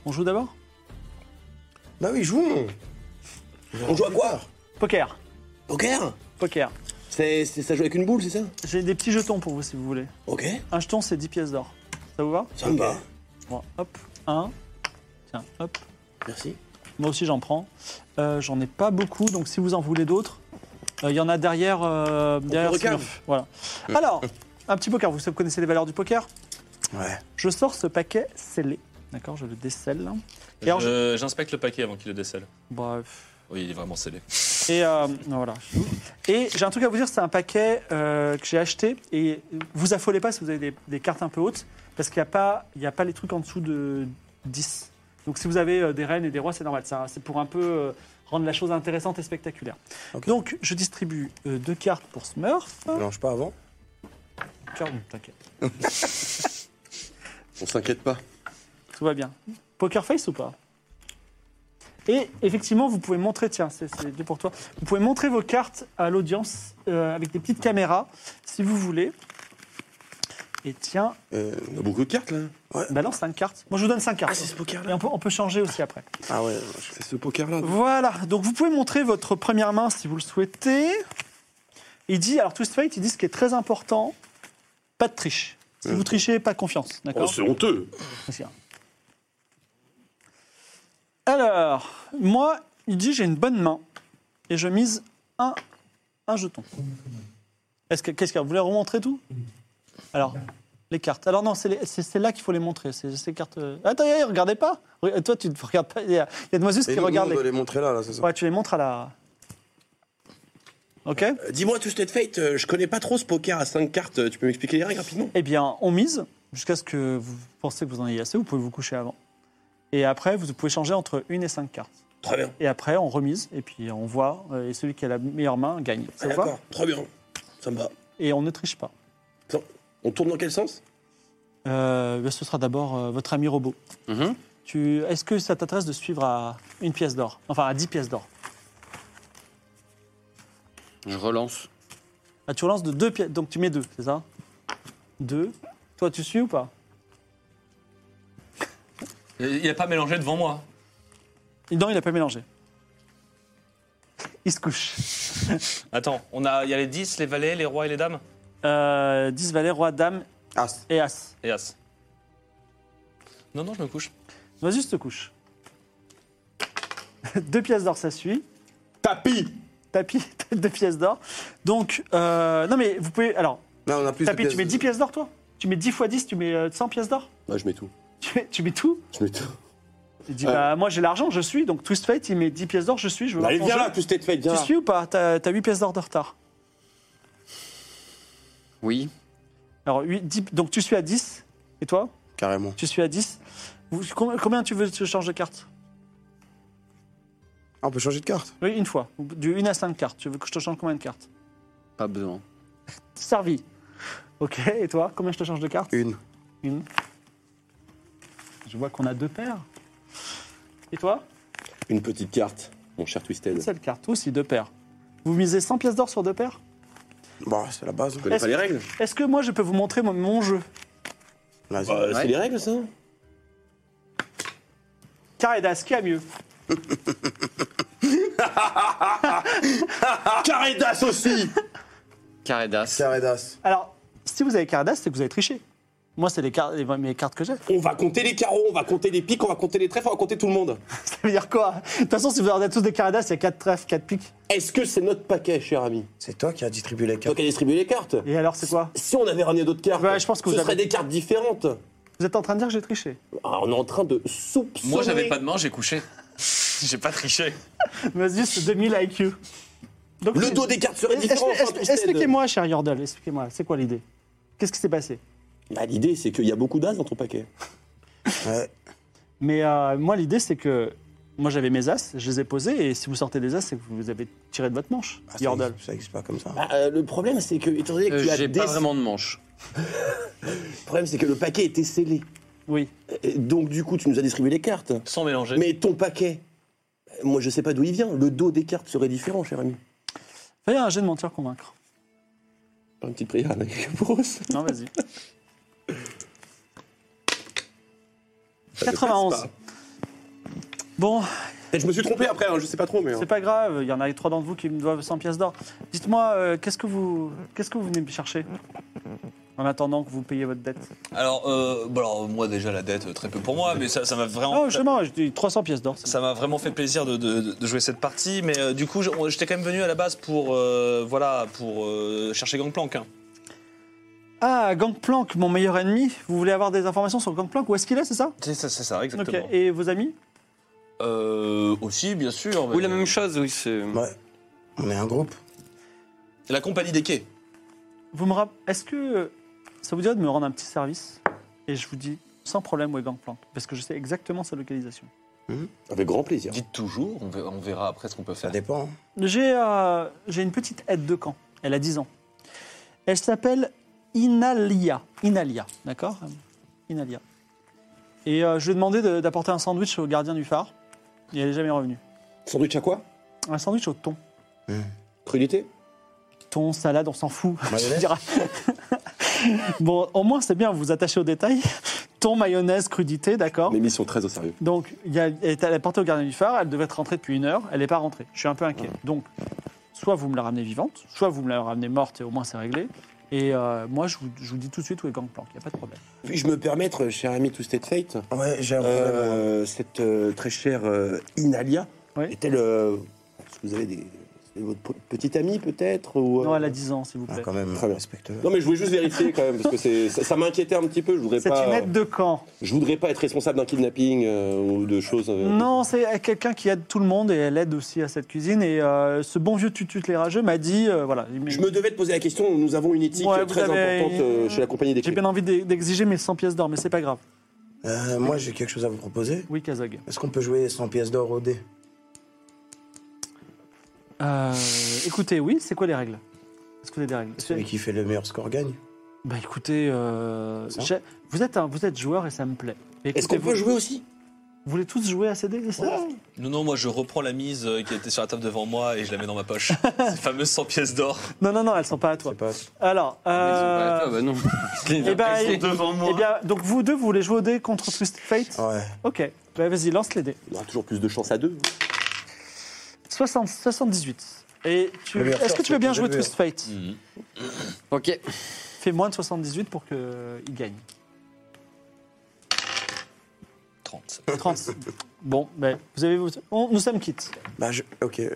S1: On joue d'abord
S4: Bah oui, jouons.
S2: On joue à quoi
S1: Poker.
S2: Poker
S1: Poker.
S2: C'est c'est- ça joue avec une boule, c'est ça
S1: J'ai des petits jetons pour vous si vous voulez.
S2: Ok,
S1: Un jeton, c'est 10 pièces d'or. Ça vous va
S2: ça me va.
S1: Bon, Hop, un. Tiens, hop.
S2: Merci.
S1: Moi aussi, j'en prends. Euh, j'en ai pas beaucoup, donc si vous en voulez d'autres, euh, il y en a derrière. euh, derrière
S2: recale.
S1: Smurf.
S2: [LAUGHS]
S1: Voilà. Alors, un petit poker. Vous connaissez les valeurs du poker
S4: Ouais.
S1: Je sors ce paquet scellé. D'accord, je le décèle. Et alors, je-
S3: Je- J'inspecte le paquet avant qu'il le décèle.
S1: Bref.
S3: Oui, il est vraiment scellé.
S1: Et euh, non, voilà. Et j'ai un truc à vous dire, c'est un paquet euh, que j'ai acheté. Et vous affolez pas si vous avez des, des cartes un peu hautes, parce qu'il n'y a, pas- il y a pas les trucs en dessous de 10. Donc si vous avez euh, des reines et des rois, c'est normal. C'est un- C'est pour un peu euh, rendre la chose intéressante et spectaculaire.
S4: Ok.
S1: Donc je distribue euh, deux cartes pour Smurf.
S4: Mélange pas avant.
S1: Car- T'inquiète,
S2: On s'inquiète pas.
S1: tout va bien. Poker face ou pas et effectivement, vous pouvez montrer, tiens, c'est c'est deux pour toi, vous pouvez montrer vos cartes à l'audience euh, avec des petites caméras, si vous voulez. Et tiens,
S4: Euh,
S6: On a beaucoup de cartes là.
S1: balance 5 cartes. Moi, je vous donne 5 cartes.
S6: Ah, C'est ce poker
S1: Et on peut, on peut changer aussi après.
S4: Ah ouais.
S6: C'est ce poker là.
S1: Voilà, donc vous pouvez montrer votre première main si vous le souhaitez. Il dit, alors Twist Fate, il dit ce qui est très important, pas de triche. Si vous trichez, pas de confiance,
S6: Oh,
S1: d'accord
S6: c'est honteux.
S1: Merci. Alors, moi, il dit j'ai une bonne main et je mise un, un jeton. Est-ce que qu'est-ce qu'il y a Vous voulez remontrer tout Alors, Les cartes. Alors non, c'est les- c'est c'est là qu'il faut les montrer. C'est ces cartes. euh, Attends, y- y- regardez pas. Re- Toi, tu ne regardes pas. Il y a, il y a Demoiselle
S4: Et
S1: qui
S4: nous,
S1: regarde.
S4: nous, on
S1: Les...
S4: doit les montrer là, là, c'est ça.
S1: Ouais, tu les montres à la. Ok.
S2: Euh, Dis-moi, tout State Fate, euh, je connais pas trop ce poker à 5 cartes. euh, Tu peux m'expliquer les règles rapidement
S1: Eh bien, on mise jusqu'à ce que vous pensez que vous en ayez assez. Vous pouvez vous coucher avant. Et après, vous pouvez changer entre une et cinq cartes.
S2: Très bien.
S1: Et après, on remise et puis on voit. euh, Et celui qui a la meilleure main gagne.
S2: Ah,
S1: Ça vous va
S2: D'accord, très bien. Ça me va.
S1: Et on ne triche pas.
S2: Attends, On tourne dans quel sens
S1: Euh, ben, ce sera d'abord euh, votre ami robot.
S5: Mhm.
S1: Tu... Est-ce que ça t'intéresse de suivre à une pièce d'or Enfin, à 10 pièces d'or.
S5: Je relance.
S1: Ah, tu relances de deux pièces. Donc tu mets deux, c'est ça Deux. Toi, tu suis ou pas
S3: Il n'a pas mélangé devant moi.
S1: Non, il n'a pas mélangé. Il se couche.
S3: Attends, on a, il y a les 10, les valets, les rois et les dames
S1: Euh, 10 valets, roi, dame
S4: As.
S1: et as.
S3: Et as. Non, non, je me couche.
S1: Vas-y, juste te couche. [LAUGHS] deux pièces d'or, ça suit.
S6: Tapis
S1: Tapis, [LAUGHS] deux pièces d'or. Donc, euh, non mais vous pouvez. Alors,
S4: Non, on a plus de
S1: tapis, tu mets 10 pièces d'or, toi Tu mets 10 fois 10, tu mets euh, 100 pièces d'or
S6: Moi, je mets tout.
S1: tu mets, tu mets tout
S6: Je mets tout.
S1: Il dit bah, Moi j'ai l'argent, je suis. Donc Twist Fate, il met 10 pièces d'or, je suis. Je veux
S6: Allez,
S1: voir ton
S6: Bah, viens
S1: jeu.
S6: là, tout State Fate, viens
S1: Tu
S6: là.
S1: suis ou pas T'as 8 pièces d'or de retard.
S5: Oui.
S1: Alors, huit- dix- donc tu suis à 10. Et toi
S4: Carrément.
S1: Tu suis à 10. Vous- com- combien tu veux que je change de carte
S4: Ah, on peut changer de carte.
S1: Oui, une fois. Du 1 à 5 cartes. Tu veux que je te change combien de cartes
S5: Pas besoin.
S1: Servi. Ok, et toi Combien je te change de carte
S4: Une.
S1: Une. Je vois qu'on a deux paires. Et toi
S6: Une petite carte, mon cher Twisted.
S1: Une seule carte. Aussi deux paires. Vous misez 100 pièces d'or sur deux paires
S4: Bah, c'est la base.
S6: Tu connais
S1: Est-ce-
S6: pas les règles
S1: Est-ce que moi je peux vous montrer mon, mon jeu
S4: Vas-y.
S6: Bah,
S5: Ouais.
S6: C'est les règles, ça
S1: Carré d'as, qui a mieux
S6: Carré d'as aussi
S5: Carré d'as.
S4: Carré d'as.
S1: Alors, si vous avez carré d'as, c'est que vous avez triché. Moi, c'est les car- les- mes cartes que j'ai.
S2: On va compter les carreaux, on va compter les piques, on va compter les trèfles, on va compter tout le monde.
S1: Ça [LAUGHS] veut dire quoi De toute façon, si vous avez tous des carré d'as, il y a 4 trèfles, 4 piques.
S2: Est-ce que c'est notre paquet, cher ami
S4: C'est toi qui as distribué les
S2: Toi
S4: cartes.
S2: qui as distribué les cartes
S1: Et alors, c'est quoi
S2: Si on avait ramené d'autres cartes,
S1: Ouais, je pense que
S2: ce
S1: vous
S2: seraient
S1: avez-
S2: des cartes différentes.
S1: Vous êtes en train de dire que j'ai triché.
S2: Ah, on est en train de soupçonner.
S3: Moi, j'avais pas de main, j'ai couché. [LAUGHS] j'ai pas triché.
S1: Vas-y, c'est 2000 IQ. Donc,
S2: Le
S1: c'est-
S2: dos des cartes serait
S1: Est- est-
S2: différent.
S1: est-
S2: enfin, Twisted.
S1: Expliquez-moi, cher Yordle, expliquez-moi, c'est quoi l'idée Qu'est-ce qui s'est passé
S2: Bah, L'idée, c'est qu'il y a beaucoup d'as dans ton paquet.
S4: Ouais.
S1: Mais euh, moi, l'idée, c'est que moi, j'avais mes as, je les ai posés, et si vous sortez des as, c'est que vous avez tiré de votre manche,
S4: Ah, ça
S1: Yordle.
S4: existe- Ça existe pas comme ça.
S2: Bah, euh, le problème, c'est que, étant donné que
S5: Euh,
S2: tu as
S5: J'ai
S2: des-
S5: pas vraiment de manche.
S2: Le problème, c'est que le paquet était scellé.
S1: Oui.
S2: Et Donc, du coup, tu nous as distribué les cartes.
S3: Sans mélanger.
S2: Mais ton paquet, euh, moi, je sais pas d'où il vient. Le dos des cartes serait différent, cher ami.
S1: Fais un jeu de mentir convaincre.
S2: Faire Une petite prière avec Bruce.
S1: Non,
S2: [LAUGHS]
S1: vas-y. 91. Bon,
S6: Je me suis trompé après, hein, je sais pas trop, mais. hein.
S1: c'est pas grave, il y en a trois d'entre vous qui me doivent 100 pièces d'or. Dites-moi, euh, qu'est-ce que vous qu'est-ce que vous venez me chercher en attendant que vous payiez votre dette
S3: Alors, euh, bon, alors, moi, déjà, la dette, euh, très peu pour moi, mais ça ça m'a vraiment.
S1: Non, Oh, justement, je dis 300 pièces d'or. c'est
S3: Ça m'a vraiment fait plaisir de, de- de jouer cette partie, mais euh, du coup, je- j'étais quand même venu à la base pour, euh, voilà, pour euh, chercher Gangplank. hein.
S1: Ah, Gangplank, mon meilleur ennemi. Vous voulez avoir des informations sur Gangplank Où est-ce qu'il est, c'est ça
S3: C'est ça, c'est ça,
S1: Ok.
S3: exactement.
S1: Et vos amis
S3: Euh, aussi, bien sûr.
S5: Oui, la
S3: mais-
S5: même chose, oui. c'est-
S4: Ouais. On est un groupe.
S3: euh, La compagnie des quais.
S1: Vous me rapp- Est-ce que euh, ça vous dirait de me rendre un petit service Et je vous dis sans problème où est Gangplank, parce que je sais exactement sa localisation.
S6: Avec grand plaisir.
S3: Dites toujours, on ver- on verra après ce qu'on peut
S4: Ça
S3: faire.
S4: dépend. hein.
S1: J'ai euh, j'ai une petite aide de camp. Elle a 10 ans. Elle s'appelle Inalia. Inalia, d'accord Inalia. Et euh, je lui ai demandé de- d'apporter un sandwich au gardien du phare. Et elle n'est jamais revenue.
S6: Sandwich à quoi
S1: Un sandwich au thon.
S6: Crudité
S1: Thon, salade, on s'en fout. [LAUGHS]
S4: Mayonnaise
S1: Je dirais. bon, au moins, c'est bien, vous vous attachez aux détails. Thon, mayonnaise, crudité, d'accord
S6: Mes missions très au sérieux.
S1: Donc, il y a- elle est allée porter au gardien du phare, elle devait être rentrée depuis une heure, elle n'est pas rentrée. Je suis un peu inquiet. Donc, soit vous me la ramenez vivante, soit vous me la ramenez morte et au moins c'est réglé. Et euh, moi, je vous, je vous dis tout de suite où est Gangplank, il n'y a pas de problème.
S2: Puis-je me permettre, cher ami Twisted Fate,
S4: Ouais, j'ai un problème.
S2: euh, cette euh, très chère euh, Inalia
S1: Oui.
S2: est-elle. euh, est-ce que vous avez des
S6: C'est votre p- petite amie peut-être ou, euh,
S1: Non, elle a 10 ans, s'il vous
S4: Ah,
S1: plaît.
S4: quand même,
S6: Très bien.
S4: respecte
S6: Non, mais je voulais juste vérifier quand même parce que c'est- ça, ça m'inquiétait un petit peu. Je voudrais
S1: C'est
S6: pas.
S1: une aide de camp.
S6: Je voudrais pas être responsable d'un kidnapping euh, ou de choses. euh,
S1: Non, c'est quelqu'un qui aide tout le monde et elle aide aussi à cette cuisine. Et euh, ce bon vieux tutut les rageux m'a dit, euh, voilà, il m'a-
S6: Je me devais te poser la question. Nous avons une éthique
S1: Ouais, vous
S6: très
S1: avez-
S6: importante euh, chez la compagnie des
S1: j'ai
S6: clés.
S1: bien envie d'e- d'exiger mes 100 pièces d'or, mais c'est pas grave.
S4: Euh, moi, j'ai quelque chose à vous proposer.
S1: Oui, Kazog.
S4: Est-ce qu'on peut jouer 100 pièces d'or au dé
S1: Euh, écoutez, oui, c'est quoi les règles Est-ce que vous avez des règles
S4: Celui qui fait le meilleur score gagne.
S1: Bah écoutez, euh,
S4: Ça
S1: j'ai- vous, êtes un, vous êtes joueur et ça me plaît. Mais
S2: Est-ce qu'on
S1: écoutez,
S2: peut
S1: vous,
S2: jouer aussi
S1: vous voulez tous jouer à CD c'est ça
S3: Non, non, moi je reprends la mise euh, qui était sur la table devant moi et je la mets dans ma poche. Ces fameuses 100 pièces d'or.
S1: Non, non, non, elles sont pas à toi.
S4: C'est pas.
S1: Alors,
S5: Mais ils sont pas à
S1: euh,
S5: toi, bah non.
S1: eh ben,
S3: Elles sont
S1: eh-
S3: devant moi.
S1: eh bien, donc vous deux, vous voulez jouer au dé contre Twisted Fate
S4: Ouais.
S1: Ok, bah, vas-y, lance les dés.
S6: Il aura toujours plus de chance à deux.
S1: 60, 78. Et tu,
S4: Le meilleur
S1: est-ce
S4: sort,
S1: que tu veux bien
S4: c'est
S1: jouer
S4: le meilleur.
S1: Twist Fate
S3: Mhm.
S5: [LAUGHS] Ok.
S1: Fais moins de 78 pour qu'il gagne.
S3: 30.
S1: 30. bon, ben, vous avez, on- nous sommes quittes.
S4: Bah, je... ok.
S1: Euh,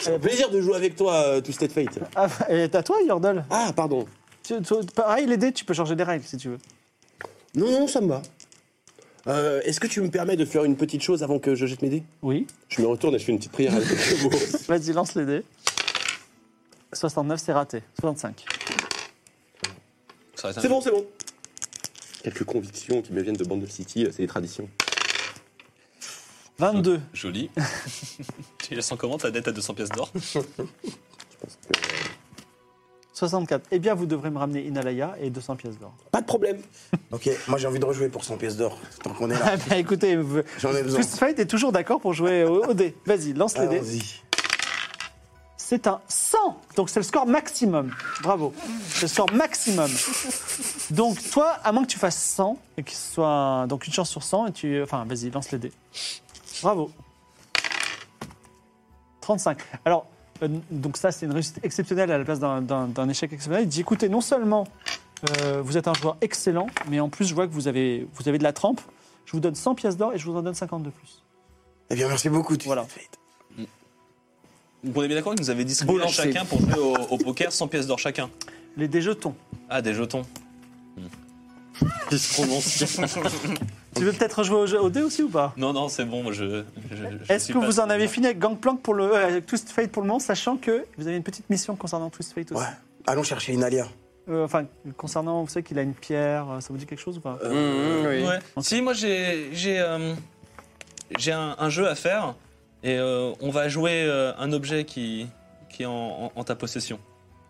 S6: C'est un plaisir de jouer avec toi, euh, Twisted Fate.
S1: Ah, et à toi, Yordle.
S6: Ah, pardon.
S1: Tu- tu- pareil, les dés, tu peux changer des règles si tu veux.
S6: Non, non, ça me va. Euh, Est-ce que tu me permets de faire une petite chose avant que je jette mes dés
S1: Oui.
S6: Je me retourne et je fais une petite prière avec le
S2: [LAUGHS]
S6: mot.
S1: Vas-y, lance les dés. 69, c'est raté. 65.
S3: Ça aurait été un-
S6: C'est bon, c'est bon. Quelques convictions qui me viennent de Bundle City, euh, c'est les traditions.
S1: 22.
S3: Joli. tu la sens comment ta dette à 200 pièces d'or
S1: 64. Eh bien, vous devrez me ramener Inalaya et 200 pièces d'or.
S6: Pas de problème.
S4: Ok, moi j'ai envie de rejouer pour 100 pièces d'or, tant qu'on est
S1: Ah, [LAUGHS]
S4: là.
S1: ben, écoutez, vous-
S4: J'en ai besoin.
S1: Twist Fate est toujours d'accord pour jouer au, au dé. Vas-y, lance les dés.
S4: Allons-y.
S1: C'est un 100. Donc c'est le score maximum. Bravo. C'est le score maximum. Donc toi, à moins que tu fasses 100 et que ce soit un- donc une chance sur 100 et tu enfin vas-y, lance les dés. Bravo. 35. Alors euh, donc ça c'est une réussite exceptionnelle à la place d'un- d'un d'un échec exceptionnel. Il dit écoutez, non seulement euh, vous êtes un joueur excellent, mais en plus je vois que vous avez vous avez de la trempe. Je vous donne 100 pièces d'or et je vous en donne 50 de plus.
S4: Eh bien, merci beaucoup. Tu...
S1: Voilà.
S3: Donc on est bien d'accord qu'ils nous avaient distribué
S1: Beau
S3: à
S1: lancer.
S3: chacun pour jouer au, au poker 100 pièces d'or chacun.
S1: Les déjetons.
S3: Ah, des [LAUGHS] jetons.
S5: Il se prononce.
S1: Tu veux peut-être jouer au, jeu, au dé aussi ou pas
S3: Non, non, c'est bon, moi, je. je- je- je
S1: Est-ce
S3: suis
S1: que
S3: pas-
S1: vous en avez fini avec Gangplank pour le, euh, avec Twist Fate pour le moment, sachant que vous avez une petite mission concernant Twist Fate aussi
S4: Ouais. Allons chercher Inalia.
S1: Euh, Enfin, concernant, vous savez qu'il a une pierre, euh, ça vous dit quelque chose ou pas
S5: Mmh, oui.
S3: Ouais. Si, moi j'ai j'ai euh, j'ai un, un jeu à faire et euh, on va jouer euh, un objet qui qui est en, en- en ta possession,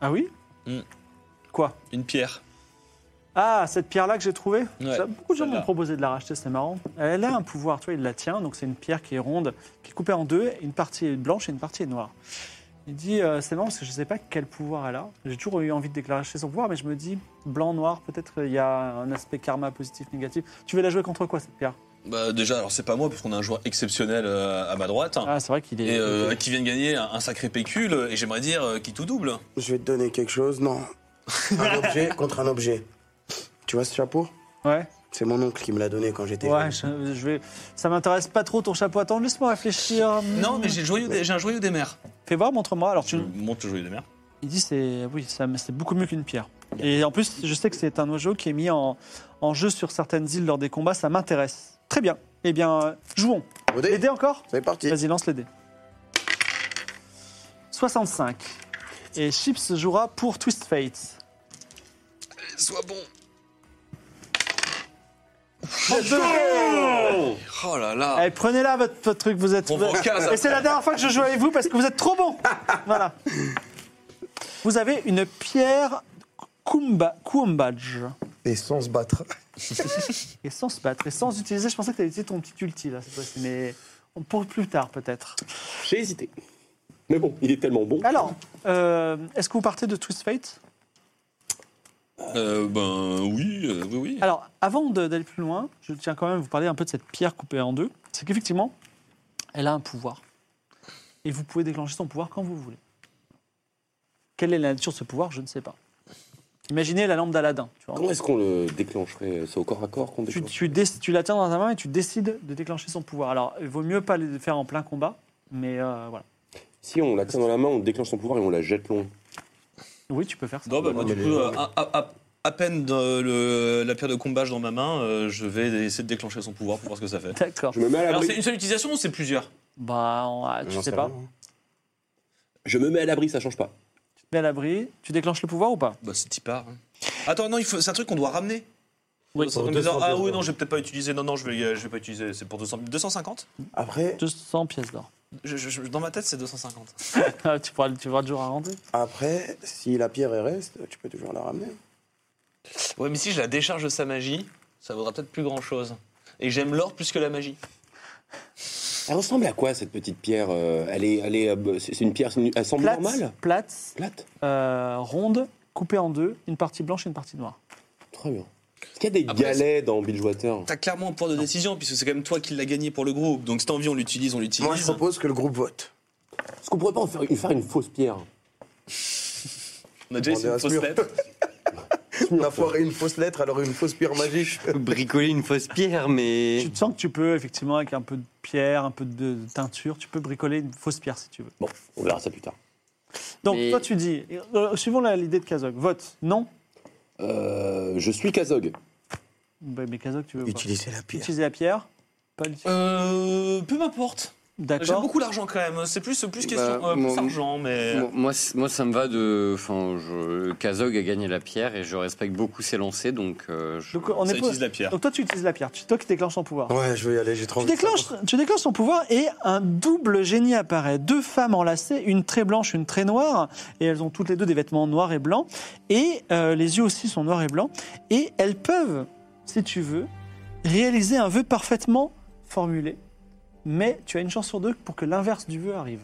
S1: Ah oui
S3: Mm.
S1: Quoi
S3: une pierre.
S1: Ah, cette pierre-là que j'ai trouvée
S3: Ouais,
S1: Ça, Beaucoup de gens m'ont
S3: celle-là.
S1: proposé de la racheter, c'est marrant. Elle a un pouvoir, tu vois, il la tient, donc c'est une pierre qui est ronde, qui est coupée en deux, une partie est blanche et une partie est noire. Il dit, euh, c'est marrant parce que je ne sais pas quel pouvoir elle a. J'ai toujours eu envie de déclarer chez son pouvoir, mais je me dis, blanc, noir, peut-être euh, il y a un aspect karma positif, négatif. Tu veux la jouer contre quoi cette pierre
S3: Bah déjà, alors c'est pas moi parce qu'on a un joueur exceptionnel euh, à ma droite.
S1: Ah, c'est vrai qu'il est.
S3: Et euh,
S1: ok.
S3: qui vient de gagner un, un sacré pécule, et j'aimerais dire euh, qui tout double.
S4: Je vais te donner quelque chose. Non.
S1: [LAUGHS]
S4: Un objet contre un objet. Tu vois ce chapeau
S1: Ouais,
S4: C'est mon oncle qui me l'a donné quand j'étais
S1: ouais,
S4: jeune.
S1: je, je vais. Ça m'intéresse pas trop ton chapeau. Attends, laisse-moi réfléchir.
S3: Non, mais j'ai le joyau des- j'ai un joyau des mers.
S1: Fais voir, montre-moi. Alors,
S3: Je
S1: tu...
S3: monte le joyau des mers.
S1: il dit c'est oui, ça, mais c'est beaucoup mieux qu'une pierre. Et en plus, je sais que c'est un oiseau qui est mis en, en jeu sur certaines îles lors des combats. Ça m'intéresse. Très bien. Eh bien, euh, jouons.
S4: Au
S1: Les
S4: dé
S1: dés encore
S4: C'est parti.
S1: Vas-y, lance les dés. 65. Et Chips jouera pour Twist Fate.
S3: Sois bon.
S1: 32.
S3: Oh là là.
S1: Allez, Eh, prenez-la votre, votre truc, vous êtes.
S3: On vous recasse
S1: Et c'est la dernière fois que je joue avec vous parce que vous êtes trop
S3: [LAUGHS]
S1: bon. Voilà. Vous avez une pierre Kumba, Kumbadge.
S4: Et sans se battre.
S1: Et sans se battre, et sans utiliser, je pensais que tu avais utilisé ton petit ulti là, cette fois-ci, mais on- pour plus tard peut-être.
S6: J'ai hésité. Mais bon, il est tellement bon.
S2: Ah.
S1: Alors, euh, est-ce que vous partez de Twist Fate
S3: Euh, ben oui, euh, oui, oui.
S1: Alors, avant de- d'aller plus loin, je tiens quand même à vous parler un peu de cette pierre coupée en deux. C'est qu'effectivement, elle a un pouvoir. Et vous pouvez déclencher son pouvoir quand vous voulez. Quelle est la nature de ce pouvoir Je ne sais pas. Imaginez la lampe d'Aladin. Tu, vois.
S6: Comment est-ce qu'on le déclencherait C'est au corps à corps qu'on
S1: Tu,
S6: déclenche
S1: tu dé- tu la tiens dans ta main et tu décides de déclencher son pouvoir. Alors, il vaut mieux pas le faire en plein combat, mais euh, voilà.
S2: Si on la tient dans la main, on déclenche son pouvoir et on la jette loin.
S1: Oui, tu peux faire ça.
S3: Non, bah, moi, du coup, euh, à, à- à- à peine de- le- la pierre de combat dans ma main, euh, je vais essayer de déclencher son pouvoir pour voir ce que ça
S1: [LAUGHS]
S3: fait.
S1: D'accord.
S2: Je me mets à
S3: Alors,
S2: l'abri.
S3: c'est une seule utilisation ou c'est plusieurs
S1: Bah, on- ah, tu
S4: J'en
S1: sais pas.
S4: rien, hein.
S2: Je me mets à l'abri, ça change pas.
S1: Tu te mets à l'abri. Tu déclenches le pouvoir ou pas
S3: Bah, c'est type part. hein. Attends, non, il faut- c'est un truc qu'on doit ramener.
S1: Oui.
S3: 200, ah oui, non, je vais peut-être pas utiliser. Non, non, je vais, je vais pas utiliser. C'est pour 200, 250
S4: Après,
S1: 200 pièces d'or. [LAUGHS]
S3: Je- je- je- Dans ma tête, c'est 250.
S1: Ah, tu pourras, tu pourras toujours arrondir.
S4: après, si la pierre elle reste, tu peux toujours la ramener.
S3: Ouais, mais si je la décharge de sa magie, ça vaudra peut-être plus grand-chose. Et j'aime l'or plus que la magie.
S2: Elle ressemble à quoi cette petite pierre euh, Elle est, elle est, euh, c'est c'est une pierre, c'est une- elle semble
S1: Plate,
S2: normale,
S1: plate,
S2: plate.
S1: euh, ronde, coupée en deux, une partie blanche et une partie noire.
S2: Très bien. Est-ce qu'il y a des
S3: Après,
S2: galets dans Bilgewater
S3: T'as clairement un pouvoir de décision, puisque c'est quand même toi qui l'as gagné pour le groupe. Donc si t'as envie, on l'utilise, on l'utilise.
S4: Moi, je propose que le groupe vote.
S2: Est-ce qu'on pourrait pas en faire une, faire une fausse pierre
S3: On a déjà
S4: On est
S3: essayé une
S4: à ce
S3: fausse
S4: mur.
S3: lettre.
S4: On a foiré une fausse lettre, alors une fausse pierre magique.
S5: Bricoler une fausse pierre, mais.
S1: Tu te sens que tu peux, effectivement, avec un peu de pierre, un peu de teinture, tu peux bricoler une fausse pierre si tu veux.
S2: Bon, on verra ça plus tard.
S1: Donc,
S5: Mais-
S1: toi, tu dis, euh, suivons la- l'idée de Kazog, vote non.
S2: Euh, je suis Kazog.
S1: Bah, mais Kazog, tu veux pas.
S4: Utiliser la pierre.
S1: Utiliser la pierre Pas l'utiliser.
S3: Euh, peu m'importe. J'aime
S1: D'accord.
S3: beaucoup l'argent quand même. C'est plus, plus question
S5: Bah,
S3: euh, plus
S5: moi-
S3: argent, mais.
S5: Moi, moi, c- moi, ça me va de. Enfin, je... Kazog a gagné la pierre et je respecte beaucoup ses lancers, donc. euh, je-
S1: Donc, on
S3: ça
S1: est
S3: utilise la pierre.
S1: Donc, toi, tu utilises la pierre. C'est toi qui déclenches ton pouvoir.
S4: Ouais, je veux y aller, j'ai trop
S1: Tu
S4: envie de
S1: déclenches, tu déclenches son pouvoir et un double génie apparaît. Deux femmes enlacées, une très blanche, une très noire, et elles ont toutes les deux des vêtements noirs et blancs, et euh, les yeux aussi sont noirs et blancs, et elles peuvent, si tu veux, réaliser un vœu parfaitement formulé, mais tu as une chance sur deux pour que l'inverse du vœu arrive.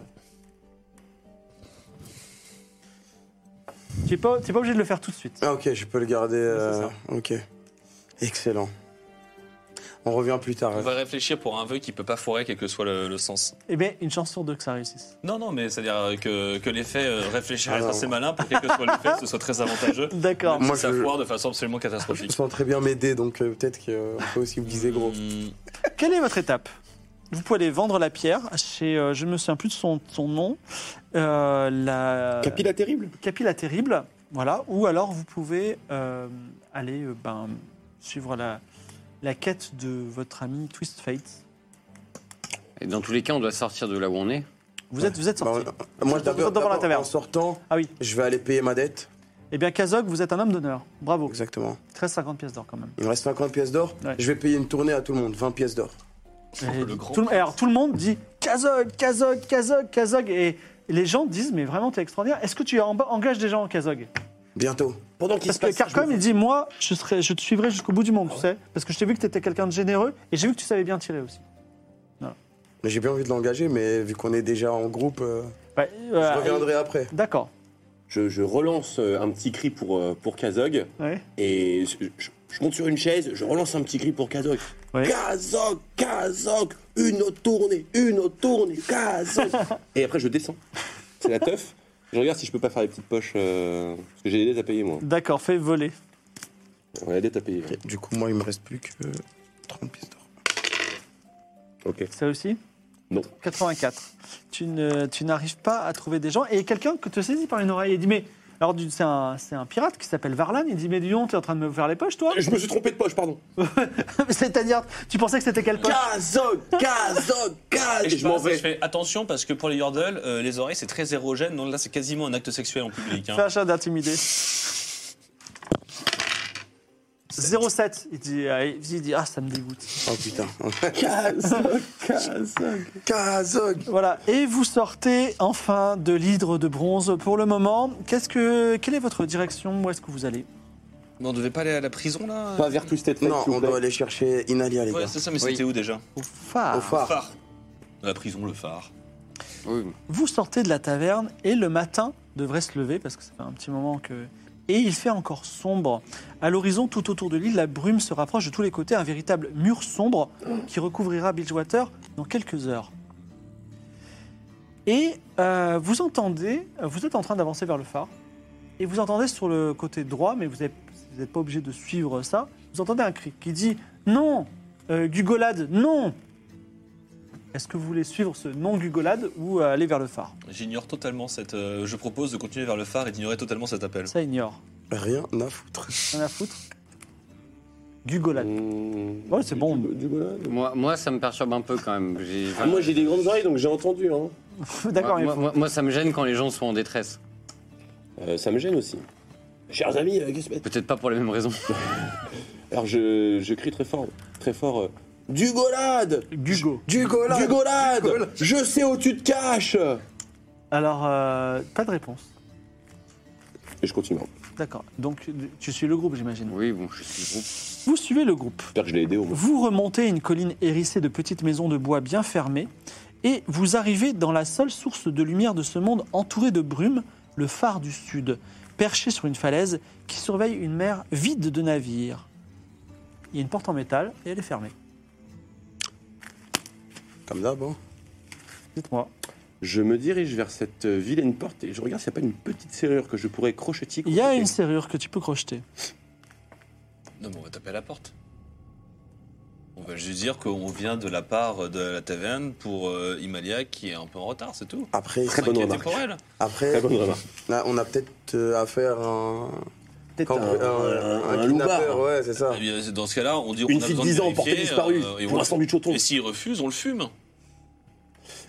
S1: Tu n'es pas, t'es pas obligé de le faire tout de suite.
S4: Ah ok, je peux le garder. euh,
S1: Ouais,
S4: ok. Excellent. On revient plus tard.
S3: On va réfléchir pour un vœu qui peut pas foirer, quel que soit le, le sens.
S1: Eh bien, une chance sur deux que ça réussisse.
S3: Non, non, mais c'est-à-dire que, que l'effet euh, réfléchir
S4: Ah,
S3: être
S4: non.
S3: assez malin pour quel que soit l'effet, ce soit
S1: [LAUGHS]
S3: très avantageux.
S1: D'accord.
S3: Moi,
S4: Moi,
S3: ça
S4: je-
S3: foire de façon absolument
S4: Je
S3: catastrophique.
S4: sens très bien m'aider, donc euh, peut-être qu'on peut aussi viser gros.
S3: Hum,
S1: Quelle est votre étape Vous pouvez aller vendre la pierre chez, euh, je ne me souviens plus de son, son nom, euh, la
S2: Capilla terrible.
S1: Capilla Terrible, voilà. Ou alors vous pouvez euh, aller euh, ben, suivre la, la quête de votre ami Twist Fate.
S5: Et dans tous les cas, on doit sortir de là où on est.
S1: Vous êtes, vous êtes sorti.
S4: Bah, euh, moi,
S1: Vous êtes
S4: d'abord,
S1: devant la
S4: d'abord,
S1: taverne.
S4: en sortant,
S1: Ah oui.
S4: je vais aller payer ma dette.
S1: Eh bien, Kazog, vous êtes un homme d'honneur. Bravo.
S4: Exactement.
S1: 13,50 pièces d'or quand même.
S4: Il me reste 50 pièces d'or.
S1: Ouais.
S4: Je vais payer une tournée à tout le monde, 20 pièces d'or.
S1: Et
S3: le grand
S1: tout, le- et alors tout le monde dit Kazog, Kazog, Kazog, Kazog. Et les gens disent, mais vraiment, t'es extraordinaire. Est-ce que tu en- engages des gens en Kazog
S4: Bientôt.
S2: Pendant qu'il
S1: Parce
S2: se
S1: que
S2: passe. ça, je
S1: Carcom,
S2: me-
S1: il dit Moi, je, serai, je te suivrai jusqu'au bout du monde, tu sais. Parce que je t'ai vu que tu étais quelqu'un de généreux et j'ai vu que tu savais bien tirer aussi.
S4: Mais J'ai bien envie de l'engager, mais vu qu'on est déjà en groupe, euh,
S1: Ouais,
S4: je
S1: euh,
S4: reviendrai après.
S1: D'accord.
S2: Je, je relance euh, un petit cri pour euh, pour Kazog
S1: Ouais.
S2: et je, je- je monte sur une chaise, je relance un petit cri pour Kazog.
S1: Ouais.
S2: Kazog, Kazog, une autre tournée, une autre tournée,
S1: [LAUGHS]
S2: Kazog. et après je descends. C'est la teuf. Je regarde si je peux pas faire les petites poches euh, parce que j'ai des dettes à payer moi.
S1: D'accord, fais voler.
S2: On a des dettes à payer. ouais.
S4: Du coup, moi, il me reste plus que 30 pièces d'or.
S2: Ok.
S1: Ça aussi
S2: Non.
S1: 84. Tu ne- tu n'arrives pas à trouver des gens. Et quelqu'un que te saisit par une oreille et dit Mais. Alors, du- c'est un, c'est un pirate qui s'appelle Varlan. Il dit Mais dis donc, t'es en train de me faire les poches, toi [LAUGHS]
S2: Je me suis trompé de poche, pardon.
S1: C'est-à-dire, tu pensais que c'était quelle poche
S2: Kazog, Kazog, Kazog.
S3: Et
S2: Et
S3: je,
S2: je m'en
S3: passe,
S2: vais.
S3: je fais attention parce que pour les yordles, euh, les oreilles c'est très érogène, donc là c'est quasiment un acte sexuel en public. hein.
S1: Fais un chat d'intimider. 07. Il dit, ah, il dit Ah, ça me dégoûte.
S4: Oh putain.
S2: Kazog, Kazog.
S4: [LAUGHS] Kazog
S1: Voilà, et vous sortez enfin de l'hydre de bronze pour le moment. Qu'est-ce que, quelle est votre direction Où est-ce que vous allez
S3: Mais on devait pas aller à la prison là
S2: Pas vers Twisted Fate,
S4: Non,
S2: s'il vous
S4: on
S2: plaît.
S4: doit aller chercher Inalia, les
S3: Ouais,
S4: gars.
S3: c'est ça, mais
S5: Oui.
S3: c'était où déjà
S1: Au phare.
S4: Au phare.
S3: Phare. La prison, le phare.
S5: Oui.
S1: Vous sortez de la taverne et le matin devrait se lever parce que ça fait un petit moment que. Et il fait encore sombre. À l'horizon, tout autour de l'île, la brume se rapproche de tous les côtés, un véritable mur sombre qui recouvrira Bilgewater dans quelques heures. Et euh, vous entendez, vous êtes en train d'avancer vers le phare, et vous entendez sur le côté droit, mais vous n'êtes pas obligé de suivre ça, vous entendez un cri qui dit Non euh, Gugolade, non Est-ce que vous voulez suivre ce non-gugolade ou euh, aller vers le phare
S3: J'ignore totalement cette. euh, je propose de continuer vers le phare et d'ignorer totalement cet appel.
S1: Ça ignore.
S4: Rien à foutre.
S1: Rien à foutre. Gugolade.
S2: Mmh.
S1: Ouais, c'est bon.
S2: Du, du golade.
S5: Moi, moi, ça me perturbe un peu quand même. J'ai-
S2: Ah, moi j'ai des grandes oreilles donc j'ai entendu. Hein.
S1: [LAUGHS] D'accord,
S5: moi,
S1: mais
S5: moi- moi- moi, ça me gêne quand les gens sont en détresse.
S2: Euh, ça me gêne aussi. Chers amis, euh, qu'est-ce que-
S5: Peut-être pas pour les mêmes raisons.
S2: alors je, je crie très fort, très fort. euh, du golade
S1: Gugo.
S4: Du golade
S2: Du golade Je sais où tu te caches
S1: Alors, euh, pas de réponse.
S2: Et je continue. hein.
S1: D'accord. Donc, tu suis le groupe, j'imagine.
S5: Oui, bon, je suis groupe.
S1: Vous suivez le groupe.
S2: J'espère que je l'ai aidé au moins.
S1: Vous remontez une colline hérissée de petites maisons de bois bien fermées et vous arrivez dans la seule source de lumière de ce monde entouré de brume, le phare du sud, perché sur une falaise qui surveille une mer vide de navires. Il y a une porte en métal et elle est fermée.
S4: Comme d'hab, hein.
S1: Dites-moi.
S2: Je me dirige vers cette euh, vilaine porte et je regarde s'il n'y a pas une petite serrure que je pourrais crocheter.
S1: Il y a
S2: crocheter.
S1: une serrure que tu peux crocheter.
S3: Non, mais on va taper à la porte. On va juste dire qu'on vient de la part de la taverne pour euh, Himalaya qui est un peu en retard, c'est tout.
S4: Après,
S2: Très bonne
S3: S'inquiéter
S2: remarque.
S3: pour elle.
S2: Très
S4: après
S2: bonne remarque.
S4: là, on a peut-être euh, affaire à un.
S2: Peut-être
S4: camp-
S2: un- un- un loupard.
S4: ouais, c'est ça.
S3: Eh bien, dans ce cas-là, on dit
S2: Une
S3: on a
S2: fille de
S3: besoin
S2: 10 ans
S3: vérifier,
S2: portée disparue
S3: euh, et
S2: pour
S3: on-
S2: un sandwich au thon.
S3: Et s'il refuse, on le fume.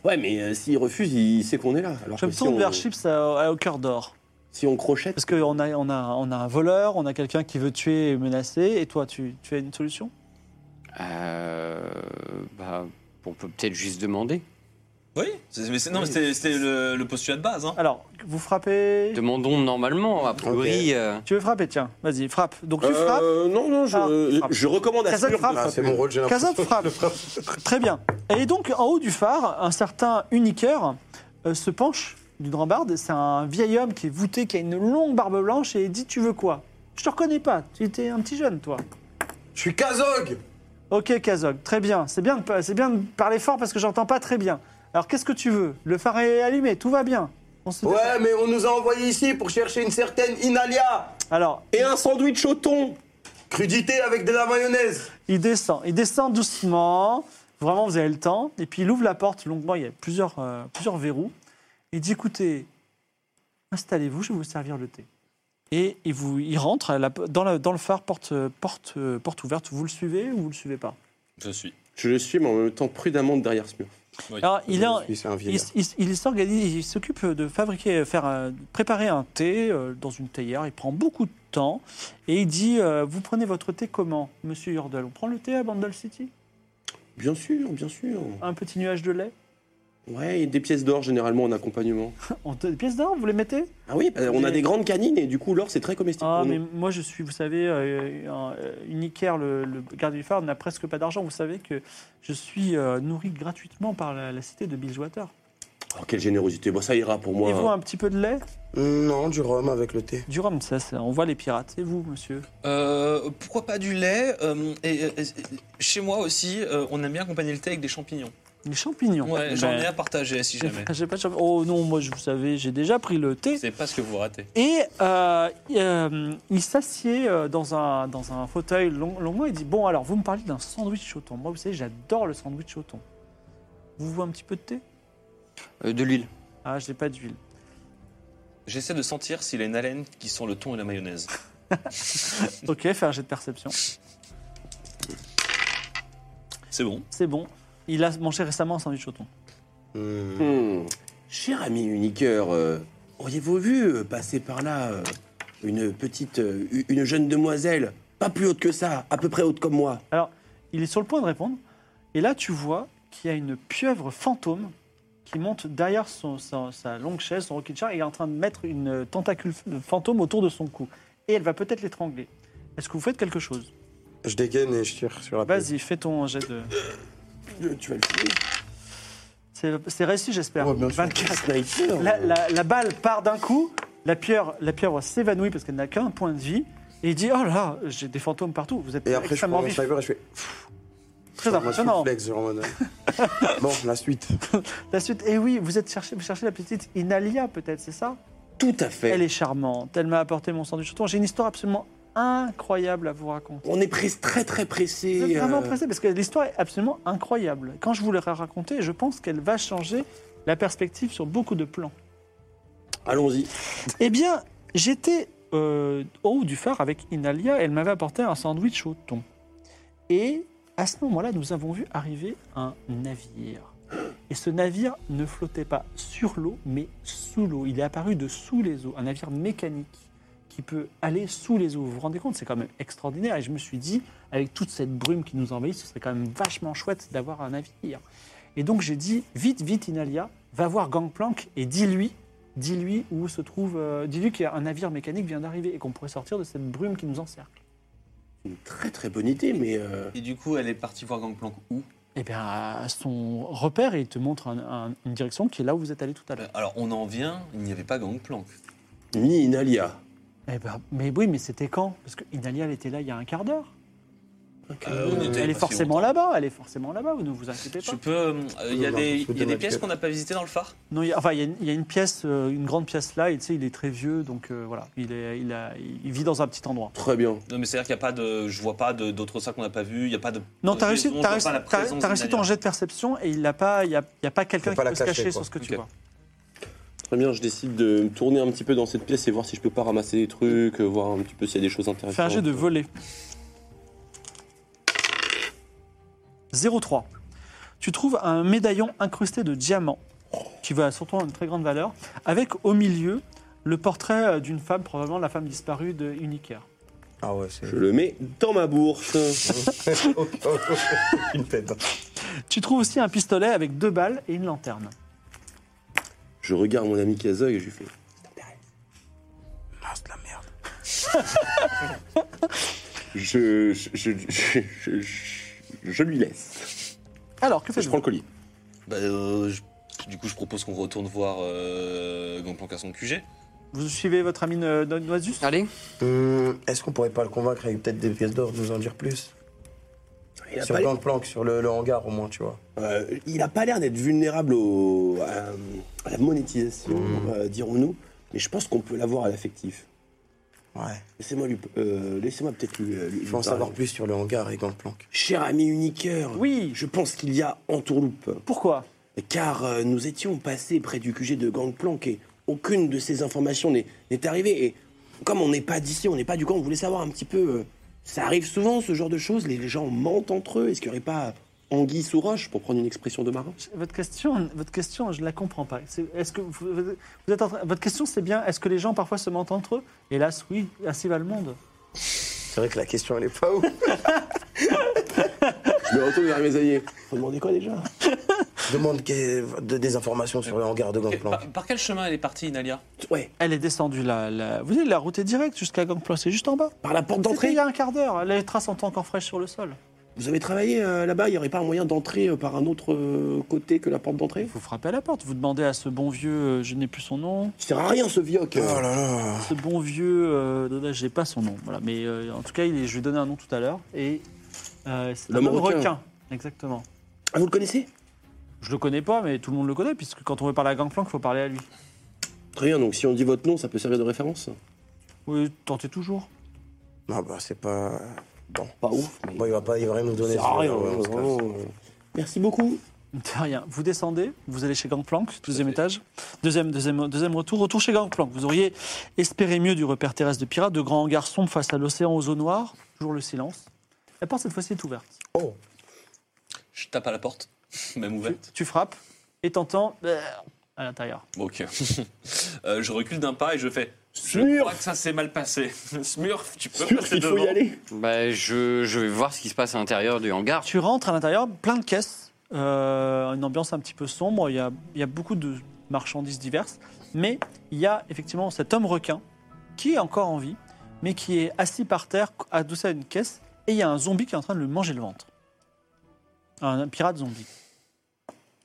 S2: Ouais, mais euh, s'il refuse, il sait qu'on est là. Alors
S1: Je
S2: que
S1: me
S2: si
S1: tourne
S2: on-
S1: vers Chips à- à- au cœur d'or.
S2: Si on crochette,
S1: Parce qu'on a, on a, on a un voleur, on a quelqu'un qui veut tuer et menacer, et toi, tu, tu as une solution
S5: Euh, bah, on peut peut-être juste demander.
S3: Oui, c'est- mais c'est- non, mais c'était c'était le, le postulat de base. Hein.
S1: Alors, vous frappez.
S5: Demandons normalement, a priori. euh,
S1: Tu veux frapper, tiens, vas-y, frappe. Donc tu
S2: Euh,
S1: frappes.
S2: non, non, je, euh,
S1: Ah, frappe.
S2: je recommande à
S1: Kazan
S2: Sûr de
S1: frappe.
S4: Ah, c'est
S2: frapper.
S4: mon rôle, j'ai l'impression.
S1: Kazan
S4: [LAUGHS]
S1: frappe. Très bien. Et donc, en haut du phare, un certain uniqueur euh, se penche d'une rambarde. C'est un vieil homme qui est voûté, qui a une longue barbe blanche et il dit Tu veux quoi Je te reconnais pas. Tu étais un petit jeune, toi.
S4: Je suis Kazog
S1: Ok, Kazog, très bien. C'est bien, de pa- c'est bien de parler fort parce que j'entends pas très bien. Alors, qu'est-ce que tu veux Le phare est allumé, tout va bien. On se déplace.
S4: Ouais, mais on nous a envoyés ici pour chercher une certaine Inalia
S1: Alors,
S2: Et un sandwich au thon
S4: Crudité avec de la mayonnaise
S1: Il descend, il descend doucement. Vraiment, vous avez le temps. Et puis il ouvre la porte longuement. Il y a plusieurs, euh, plusieurs verrous. Il dit écoutez, installez-vous, je vais vous servir le thé. Et il, vous, il rentre à la- dans, la- dans le phare, porte, euh, porte, euh, porte ouverte. Vous le suivez ou vous le suivez pas
S3: Je suis.
S2: Je le suis, mais en même temps prudemment de derrière ce mur.
S1: Alors, il, est en-
S4: Oui, c'est un
S1: il,
S4: vieillard.
S1: il, il s'organise, il s'occupe de fabriquer, faire, un- préparer un thé euh, dans une théière. Il prend beaucoup de temps. Et il dit euh, vous prenez votre thé comment, monsieur Yordle On prend le thé à Bandle City
S2: Bien sûr, bien sûr.
S1: Un petit nuage de lait [LAUGHS]
S2: Ouais, et des pièces d'or généralement en accompagnement.
S1: En deux pièces d'or, vous les mettez
S2: Ah oui, bah, on a des grandes canines et du coup l'or c'est très comestible.
S1: Ah,
S2: pour nous.
S1: mais moi, je suis, vous savez, euh, un- euh, une Iker, le, le gardien du phare, n'a presque pas d'argent. Vous savez que je suis euh, nourri gratuitement par la, la cité de Bilgewater.
S2: Oh, quelle générosité. Bon, ça ira pour moi.
S1: Et vous, un petit peu de lait
S4: Non, du rhum avec le thé.
S1: Du rhum, ça, ça, on voit les pirates. Et vous, monsieur
S3: Euh, pourquoi pas du lait euh, et, euh, et- Chez moi aussi, euh, on aime bien accompagner le thé avec des champignons.
S1: Les champignons.
S3: Ouais,
S1: Ben,
S3: j'en ai à partager si jamais.
S1: j'ai- j'ai pas de champ- Oh non, moi, je, vous savez, j'ai déjà pris le thé.
S3: C'est pas ce que vous ratez.
S1: Et euh, euh, il s'assied euh, dans un, dans un fauteuil long- longuement et dit Bon, alors, vous me parlez d'un sandwich au thon. Moi, vous savez, j'adore le sandwich au thon. Vous voulez un petit peu de thé
S5: euh, de l'huile.
S1: Ah, j'ai pas d'huile.
S3: J'essaie de sentir s'il a une haleine qui sent le thon et la mayonnaise.
S1: Ok, fais un jet de perception.
S3: C'est bon.
S1: C'est bon. Il a mangé récemment un sandwich au thon.
S2: Hmm. Cher ami uniqueur, euh, auriez-vous vu euh, passer par là euh, une petite, euh, u- une jeune demoiselle, pas plus haute que ça, à peu près haute comme moi
S1: Alors, il est sur le point de répondre. Et là, tu vois qu'il y a une pieuvre fantôme qui monte derrière son, sa, sa longue chaise, son rocking chair, et est en train de mettre une tentacule f- fantôme autour de son cou. Et elle va peut-être l'étrangler. Est-ce que vous faites quelque chose
S4: Je dégaine et je tire sur la pelle.
S1: Vas-y, fais ton jet de...
S2: Euh, Tu vas le tuer.
S1: C'est c'est réussi, j'espère.
S4: Ouais, bien sûr.
S1: 24.
S2: Sniper.
S1: La, la- la balle part d'un coup, la pieuvre, la pieuvre s'évanouit parce qu'elle n'a qu'un point de vie, et il dit « Oh là, j'ai des fantômes partout, vous êtes
S4: Et après, je prends
S1: extrêmement
S4: mon
S1: vif.
S4: sniper et je fais. »
S1: Très
S4: Moi, je suis
S1: impressionnant.
S4: flex, genre en mode. euh.
S1: [LAUGHS]
S4: Bon, la suite.
S1: La suite, eh oui, vous êtes cherché, vous cherchez la petite Inalia peut-être, c'est ça
S2: Tout à fait.
S1: Elle est charmante, elle m'a apporté mon sandwich au thon. J'ai une histoire absolument incroyable à vous raconter.
S6: On est pris- très très
S1: Je suis
S6: pressé.
S1: vraiment
S6: euh,
S1: pressé parce que l'histoire est absolument incroyable. Quand je vous l'aurai racontée, je pense qu'elle va changer la perspective sur beaucoup de plans.
S2: Allons-y.
S1: Eh bien, j'étais euh, au haut du phare avec Inalia. Elle m'avait apporté un sandwich au thon. Et à ce moment-là, nous avons vu arriver un navire. Et ce navire ne flottait pas sur l'eau, mais sous l'eau. Il est apparu de sous les eaux. Un navire mécanique qui peut aller sous les eaux. Vous vous rendez compte C'est quand même extraordinaire. Et je me suis dit, avec toute cette brume qui nous envahit, ce serait quand même vachement chouette d'avoir un navire. Et donc j'ai dit, vite, vite, Inalia, va voir Gangplank et dis-lui dis-lui où se trouve, euh, dis-lui qu'un navire mécanique vient d'arriver et qu'on pourrait sortir de cette brume qui nous encercle.
S6: Une très très bonne idée, mais euh,
S3: Et du coup, elle est partie voir Gangplank où
S1: Eh bien, à son repère, il te montre un- un- une direction qui est là où vous êtes allé tout à
S3: Euh,
S1: l'heure.
S3: Alors, on en vient, il n'y avait pas Gangplank.
S6: ni Inalia.
S1: Eh ben, mais oui, mais c'était quand Parce que Inalia, elle était là il y a un quart d'heure.
S3: Euh, on était
S1: elle est
S3: pas si
S1: forcément là-bas, elle est forcément là-bas, vous ne vous inquiétez pas.
S3: Je peux. euh, Il y a
S4: Non, non,
S3: des, il y a des
S4: dommage
S3: pièces
S4: que-
S3: qu'on n'a pas visitées dans le phare
S1: Non, il y a, enfin, il y a une- il y a une pièce, euh, une grande pièce là, et tu sais, il est très vieux, donc euh, voilà, il, est, il, a- il vit dans un petit endroit.
S6: Très bien.
S3: Non, mais c'est-à-dire qu'il n'y a pas de. Je vois pas de- d'autres ça qu'on n'a pas vu, il n'y a pas de.
S1: Non, t'as
S3: de
S1: réussi,
S3: raison, Euh, je
S1: t'as
S3: vois
S1: réussi,
S3: pas la
S1: t'as-
S3: présence
S1: t'as réussi
S3: d'une
S1: ton
S3: alien.
S1: jet de perception et il n'a pas, il n'y a, il y a pas quelqu'un
S4: Faut
S1: qui
S4: pas
S1: peut
S4: la
S1: se
S4: cacher,
S1: cacher
S4: quoi.
S1: sur ce que tu
S3: Ok.
S1: vois.
S2: Très bien, je décide de me tourner un petit peu dans cette pièce et voir si je peux pas ramasser des trucs, euh, voir un petit peu s'il y a des choses intéressantes.
S1: Fais un jet de voler. 0,3. Tu trouves un médaillon incrusté de diamants, qui va surtout avoir une très grande valeur, avec au milieu le portrait euh, d'une femme, probablement la femme disparue de Uniker.
S4: Ah ouais, c'est.
S2: Je le mets dans ma bourse.
S4: Une
S2: hein.
S4: tête.
S1: Tu trouves aussi un pistolet avec deux balles et une lanterne.
S2: Je regarde mon ami Kazoy et je lui fais
S4: Ah, c'est de la merde.
S2: je, je, je, je, je- je- je lui laisse.
S1: Alors, que
S2: Et je
S1: faites-vous
S2: prends le colis.
S3: Bah, euh, je- Du coup, je propose qu'on retourne voir euh, Gangplank à son QG.
S1: Vous suivez votre ami euh, No- Noisus
S5: Allez,
S4: Hum, Est-ce qu'on pourrait pas le convaincre avec peut-être des pièces d'or de nous en dire plus
S6: Il a
S4: Sur
S6: pas l'air-
S4: Gangplank, sur le, le hangar au moins, tu vois.
S2: Euh, il n'a pas l'air d'être vulnérable au- à, à la monétisation, euh, dirons-nous, mais je pense qu'on peut l'avoir à l'affectif.
S4: Ouais.
S2: Laissez-moi lui, euh, laissez-moi peut-être lui, euh, lui-
S4: Je
S2: lui
S4: veux en savoir
S2: parler.
S4: plus sur le hangar et Gangplank.
S6: Cher ami Uniqueur,
S1: Oui.
S6: je pense qu'il y a entourloupe.
S1: Pourquoi
S6: Car euh, nous étions passés près du QG de Gangplank et aucune de ces informations n'est n'est arrivée. Et comme on n'est pas d'ici, on n'est pas du camp, on voulait savoir un petit peu. euh, ça arrive souvent ce genre de choses, les gens mentent entre eux. Est-ce qu'il n'y aurait pas anguille sous roche, pour prendre une expression de marin
S1: Votre question, votre question, je la comprends pas. C'est- Est-ce que vous, vous êtes en train- votre question, c'est bien, est-ce que les gens parfois se mentent entre eux Hélas, oui, ainsi va le monde.
S4: C'est vrai que la question elle est pas où
S2: Je me retourne vers mes alliés.
S6: Faut demander quoi déjà
S4: [LAUGHS] Demande que- de- des informations sur le hangar de
S3: Et
S4: Gangplank.
S3: par, par quel chemin elle est partie, Inalia
S6: Ouais,
S1: Elle est descendue là. là. Vous voyez, la route est directe jusqu'à Gangplank, c'est juste en bas.
S6: par la porte
S1: C'était
S6: d'entrée.
S1: il y a un quart d'heure. Les traces sont encore fraîches sur le sol.
S6: Vous avez travaillé euh, là-bas, il n'y aurait pas un moyen d'entrer euh, par un autre euh, côté que la porte d'entrée
S1: Vous frappez à la porte. Vous demandez à ce bon vieux, euh, je n'ai plus son nom,
S6: Ça sert à rien ce vioc.
S4: Oh
S2: Ah,
S4: là là.
S1: ce bon vieux, euh, j'ai pas son nom. Voilà. Mais euh, en tout cas, il est- je lui ai donné un nom tout à l'heure. Et euh, c'est un
S6: L'homme
S1: homme
S6: requin.
S1: requin. Exactement.
S6: Ah, vous le connaissez
S1: Je le connais pas, mais tout le monde le connaît puisque quand on veut parler à Gangplank, il faut parler à lui.
S2: Très bien, donc si on dit votre nom, ça peut servir de référence
S1: Oui, tentez toujours.
S4: Non, bah c'est pas. Bon.
S2: Ah, Pas ouf, mais
S4: Bon, il va pas, il va rien nous donner.
S2: ça sert à
S4: ce-
S2: rien.
S4: ouais, on se casse.
S2: vraiment, euh.
S6: Merci beaucoup.
S1: De rien. Vous descendez, vous allez chez Gangplank, deuxième étage, deuxième, deuxième, deuxième retour, retour chez Gangplank. Vous auriez espéré mieux du repère terrestre de pirates, de grands hangars sombres face à l'océan aux eaux noires, toujours le silence. La porte cette fois-ci est ouverte.
S4: Oh,
S3: Je tape à la porte, [LAUGHS] même
S1: Tu,
S3: ouverte.
S1: tu frappes et t'entends euh, à l'intérieur.
S3: Ok. [LAUGHS] Euh, je recule d'un pas et je fais. Je crois que ça s'est mal passé. [LAUGHS] Smurf, tu peux
S2: Sûr
S3: passer
S2: qu'il faut y
S3: devant.
S2: aller
S5: bah, je, je vais voir ce qui se passe à l'intérieur du hangar.
S1: Tu rentres à l'intérieur, plein de caisses, euh, une ambiance un petit peu sombre, il y a, il y a beaucoup de marchandises diverses, mais il y a effectivement cet homme requin qui est encore en vie, mais qui est assis par terre, adossé à une caisse, et il y a un zombie qui est en train de lui manger le ventre. Un, un pirate zombie.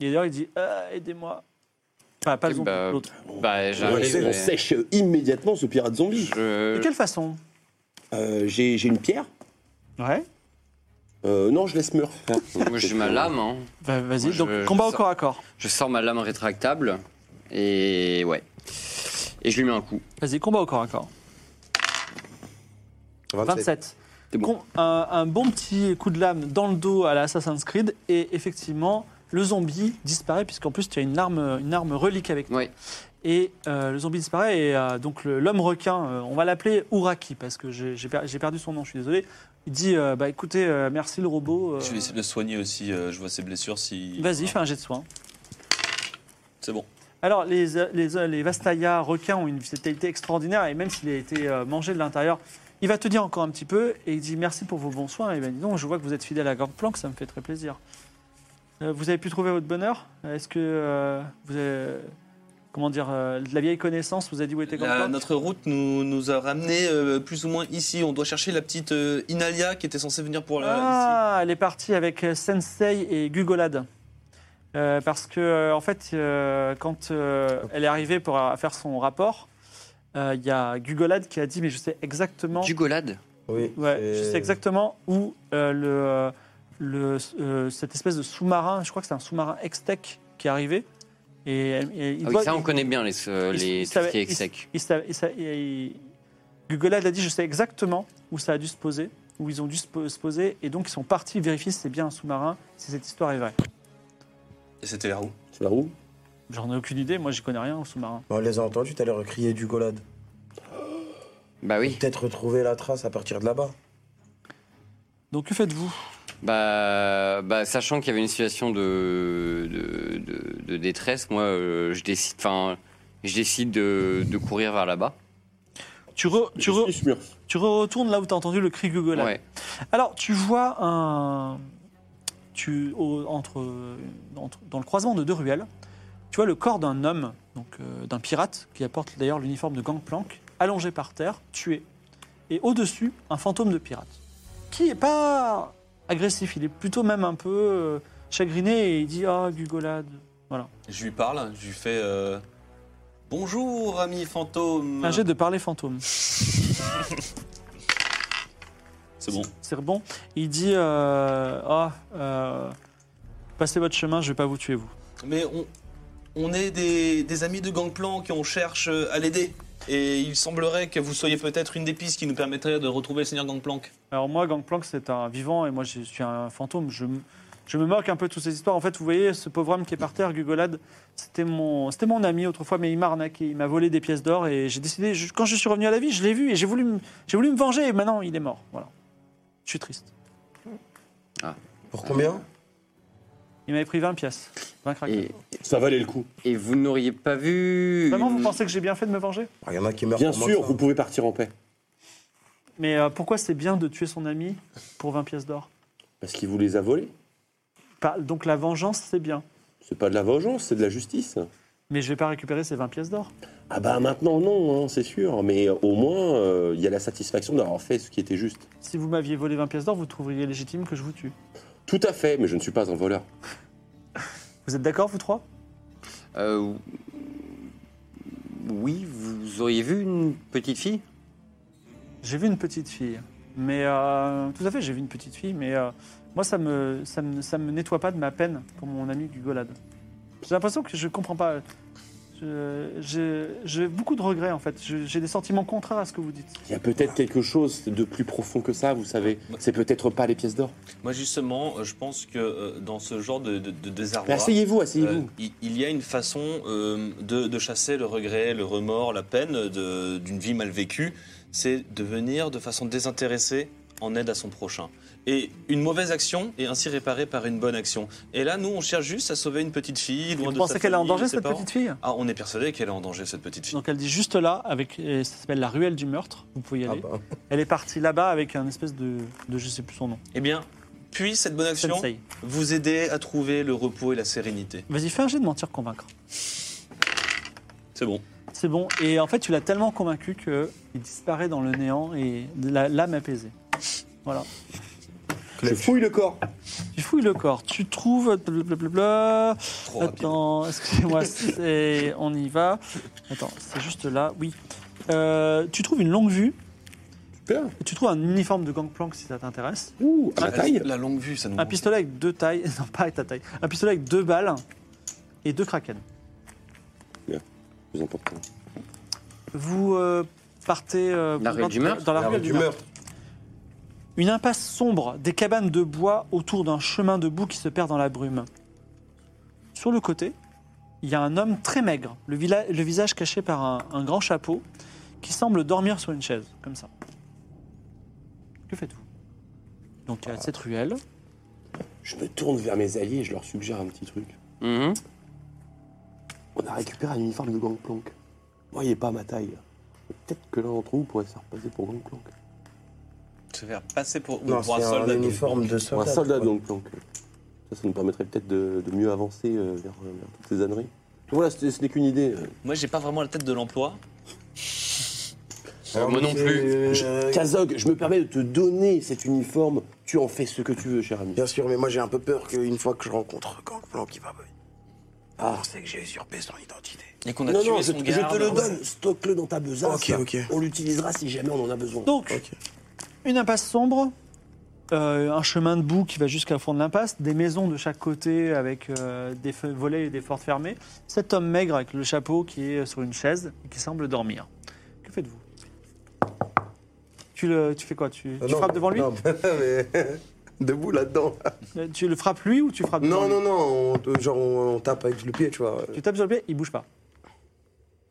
S1: Et d'ailleurs, il dit Euh, Aidez-moi. Enfin, pas le
S5: Ok,
S1: zombie,
S5: bah,
S1: l'autre.
S5: Bah, j'arrive.
S2: on
S5: mais
S2: sèche immédiatement ce pirate zombie.
S5: je-
S1: De quelle façon
S2: Euh, j'ai j'ai une pierre
S1: Ouais.
S2: Euh, Non, je laisse Murph.
S5: moi, j'ai ma lame. hein.
S1: Bah, Vas-y,
S5: Moi, je-
S1: donc
S5: je
S1: combat au
S5: sors.
S1: corps à corps.
S5: Je sors ma lame rétractable et ouais. Et je lui mets un coup.
S1: Vas-y, combat au corps à corps. 27.
S5: C'est bon.
S1: Con- un, un bon petit coup de lame dans le dos à la Assassin's Creed et effectivement le zombie disparaît puisqu'en plus tu as une arme, une arme relique avec toi.
S5: Ouais.
S1: Et euh, le zombie disparaît et euh, donc le- l'homme requin, euh, on va l'appeler Uraki parce que j'ai j'ai per- j'ai perdu son nom, je suis désolé. Il dit euh, bah écoutez euh, merci le robot. euh,
S3: Je vais essayer de le soigner aussi, euh, je vois ses blessures si.
S1: Vas-y, fais un jet de soin.
S3: C'est bon.
S1: Alors, les, euh, les, les Vastaya requins ont une vitalité extraordinaire et même s'il a été euh, mangé de l'intérieur, il va te dire encore un petit peu et il dit merci pour vos bons soins. Et ben dis donc, je vois que vous êtes fidèle à Gangplank, ça me fait très plaisir. Euh, vous avez pu trouver votre bonheur Est-ce que euh, vous avez, comment dire, euh, de la vieille connaissance vous a dit où était
S3: La-
S1: Gangplank
S3: notre route nous, nous a ramené euh, plus ou moins ici. On doit chercher la petite euh, Inalia qui était censée venir pour la. ici.
S1: Ah, elle est partie avec euh, Sensei et Gugolade. Euh, parce que, euh, en fait, euh, quand euh, elle est arrivée pour euh, faire son rapport, euh, il y a Gugolade qui a dit Mais je sais exactement,
S5: Dugolade
S4: Oui.
S1: ouais, je sais exactement où euh, le, euh, le, euh, cette espèce de sous-marin, je crois que c'est un sous-marin ex-tech qui est arrivé. Et, et il
S5: Ah oui,
S1: doit-
S5: ça, on connaît bien les, euh,
S1: il-
S5: les
S1: il
S5: tout ce
S1: savait-
S5: qui est
S1: il-
S5: exec.
S1: il sa- il sa- il- Gugolade a dit, je sais exactement où ça a dû se poser, où ils ont dû se po- se poser, et donc ils sont partis vérifier si c'est bien un sous-marin, si cette histoire est vraie.
S3: Et c'était la roue.
S2: Tu vas où
S1: J'en ai aucune idée, moi j'y connais rien au sous-marin.
S4: On les a entendus tout à l'heure crier du golade.
S5: Bah oui.
S4: Peut-être retrouver la trace à partir de là-bas.
S1: Donc que faites-vous
S5: Bah, bah, sachant qu'il y avait une situation de, de, de- de détresse, moi, euh, je décide, enfin, je décide de, de courir vers là-bas.
S1: tu, re- tu, re-
S2: Je suis sûr.
S1: tu re- retournes là où tu as entendu le cri Gugolade.
S5: Ouais.
S1: Alors tu vois un... Tu, au- entre, entre- dans le croisement de deux ruelles, tu vois le corps d'un homme, donc euh, d'un pirate, qui apporte d'ailleurs l'uniforme de Gangplank, allongé par terre, tué. Et au-dessus, un fantôme de pirate, qui n'est pas agressif, il est plutôt même un peu euh, chagriné et il dit Ah, Gugolade.
S3: Je lui parle, je lui fais. euh, Bonjour, ami fantôme.
S1: Un jet de parler fantôme.
S3: C'est bon.
S1: C'est bon. Il dit euh, Ah, euh, passez votre chemin, je vais pas vous tuer, vous.
S3: Mais on, on est des, des amis de Gangplank et on cherche euh, à l'aider. Et il semblerait que vous soyez peut-être une des pistes qui nous permettrait de retrouver le seigneur Gangplank.
S1: Alors, moi, Gangplank, c'est un vivant et moi, je suis un fantôme. Je, m- je me moque un peu de toutes ces histoires. En fait, vous voyez, ce pauvre homme qui est par terre, Gugolade, c'était mon, c'était mon ami autrefois, mais il m'a arnaqué. Il m'a volé des pièces d'or et j'ai décidé, je- quand je suis revenu à la vie, je l'ai vu et j'ai voulu, me- j'ai voulu me venger et maintenant, il est mort. Voilà. Je suis triste.
S4: Pour combien
S1: Il m'avait pris 20 pièces. 20 craquelins.
S5: Et,
S2: Ça valait le coup.
S5: et vous n'auriez pas vu.
S1: Vraiment, vous
S5: une-
S1: pensez que j'ai bien fait de me venger
S4: Il Bah, y en a qui meurent
S2: Bien
S4: pour moins
S2: sûr,
S4: que ça.
S2: vous pouvez partir en paix.
S1: Mais euh, pourquoi c'est bien de tuer son ami pour 20 pièces d'or
S2: Parce qu'il vous les a volés.
S1: Pas- Donc la vengeance, c'est bien.
S2: C'est pas de la vengeance, c'est de la justice.
S1: Mais je vais pas récupérer ces 20 pièces d'or.
S2: Ah bah maintenant non, hein, c'est sûr, mais au moins euh, il y a la satisfaction d'avoir fait ce qui était juste.
S1: Si vous m'aviez volé 20 pièces d'or, vous trouveriez légitime que je vous tue.
S2: Tout à fait, mais je ne suis pas un voleur.
S1: Vous êtes d'accord, vous trois
S5: Euh, oui, vous auriez vu une petite fille
S1: J'ai vu une petite fille. Mais euh, tout à fait, j'ai vu une petite fille, mais euh, moi, ça me, ça, me, ça me nettoie pas de ma peine pour mon ami Gugolade. J'ai l'impression que je comprends pas. Je- J'ai j'ai beaucoup de regrets, en fait. Je- J'ai des sentiments contraires à ce que vous dites.
S2: Il y a peut-être quelque chose de plus profond que ça, vous savez. C'est peut-être pas les pièces d'or.
S3: Moi, justement, euh, je pense que euh, dans ce genre de, de, de
S2: Mais
S1: Ben,
S3: désarroi.
S2: asseyez-vous,
S3: euh,
S2: asseyez-vous.
S3: il, il y a une façon euh, de, de chasser le regret, le remords, la peine de- d'une vie mal vécue, c'est de venir de façon désintéressée en aide à son prochain. Et une mauvaise action est ainsi réparée par une bonne action. Et là, nous, on cherche juste à sauver une petite fille loin
S1: Vous
S3: de
S1: pensez
S3: sa
S1: qu'elle est en
S3: famille,
S1: danger,
S3: de ses
S1: cette
S3: parents.
S1: petite fille
S3: Ah, on est persuadé qu'elle est en danger, cette petite fille.
S1: Donc elle dit juste là, avec, et ça s'appelle la ruelle du meurtre, vous pouvez y
S4: Ah
S1: aller.
S4: bah.
S1: Elle est partie là-bas avec un espèce de, de je sais plus son nom,
S3: Eh bien, puis cette bonne action
S1: Sensei.
S3: vous aider à trouver le repos et la sérénité.
S1: Vas-y, fais un jet de mentir convaincre.
S3: C'est bon.
S1: C'est bon, et en fait tu l'as tellement convaincu qu'il disparaît dans le néant et de la- l'âme apaisée. Voilà.
S2: Je fouille le corps.
S1: Tu fouilles le corps, tu trouves... blablabla.
S3: Trop rapide.
S1: Attends, excusez-moi, c'est- on y va. Attends, c'est juste là, oui. Euh, tu trouves une longue vue,
S2: Super.
S1: et tu trouves un uniforme de gangplank si ça t'intéresse.
S2: Ouh, à ma taille.
S3: Ah, La longue vue, ça nous
S1: Un pistolet avec deux tailles, [LAUGHS] non pas avec ta taille, un pistolet avec deux balles et deux kraken.
S2: Plus important.
S1: Vous euh, partez euh,
S5: La
S1: vous
S5: ruelle
S1: partez euh,
S5: du meurtre
S1: dans la ruelle du meurtre. Une impasse sombre, des cabanes de bois autour d'un chemin de boue qui se perd dans la brume. Sur le côté, il y a un homme très maigre, le, vila- le visage caché par un, un grand chapeau, qui semble dormir sur une chaise, comme ça. Que faites-vous Donc il y a cette ruelle.
S2: Je me tourne vers mes alliés et je leur suggère un petit truc.
S5: Mhm.
S2: On a récupéré un uniforme de Gangplank. Moi, il n'est pas à ma taille. Peut-être que l'un d'entre vous pourrait se faire passer pour Gangplank.
S3: Se faire passer pour,
S4: Non,
S3: pour
S4: c'est
S3: un soldat.
S4: un
S3: de-
S4: uniforme de
S2: Un
S4: soldat.
S2: soldat de
S4: donc.
S2: Gangplank. Ça, ça nous permettrait peut-être de, de mieux avancer euh, vers, euh, vers toutes ces âneries. Voilà, ce ce n'est qu'une idée. euh.
S3: Moi, j'ai pas vraiment la tête de l'emploi.
S5: Moi non plus.
S4: Je-
S2: Kazog, je me permets de te donner cet uniforme. Tu en fais ce que tu veux, cher ami.
S4: Bien sûr, mais moi j'ai un peu peur qu'une fois que je rencontre Gangplank, qui va Ah, on sait que j'ai usurpé son identité.
S3: Et qu'on a
S4: Non,
S3: tué
S4: non, je,
S3: Bah, son
S4: je
S3: garde.
S4: te le donne, stocke-le dans ta besace.
S2: Ok, ok.
S4: On l'utilisera si jamais on en a besoin.
S1: Donc,
S4: Ok.
S1: Une impasse sombre, euh, un chemin de boue qui va jusqu'à fond de l'impasse, des maisons de chaque côté avec euh, des feux- volets et des portes fermées, cet homme maigre avec le chapeau qui est sur une chaise et qui semble dormir. Que faites-vous tu, le, tu fais quoi Tu, tu
S4: Euh, Non,
S1: frappes devant lui
S4: non, mais [LAUGHS] Debout là-dedans.
S1: Euh, Tu le frappes lui ou tu frappes devant
S4: Non,
S1: lui
S4: non, non, on- genre on, on tape avec le pied, tu vois.
S1: Tu tapes sur le pied, il bouge pas.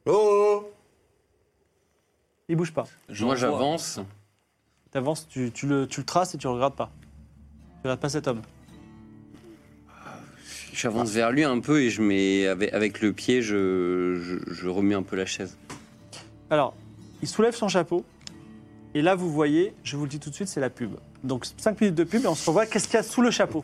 S4: Oh, oh.
S1: Il bouge pas.
S5: Moi, j'avance.
S1: T'avances, tu, tu le, tu le traces et tu le regardes pas. Tu regardes pas cet homme.
S5: J'avance vers lui un peu et je mets avec, avec le pied, je, je, je remets un peu la chaise.
S1: Alors, il soulève son chapeau. Et là, vous voyez, je vous le dis tout de suite, c'est la pub. Donc, 5 minutes de pub et on se revoit. Qu'est-ce qu'il y a sous le chapeau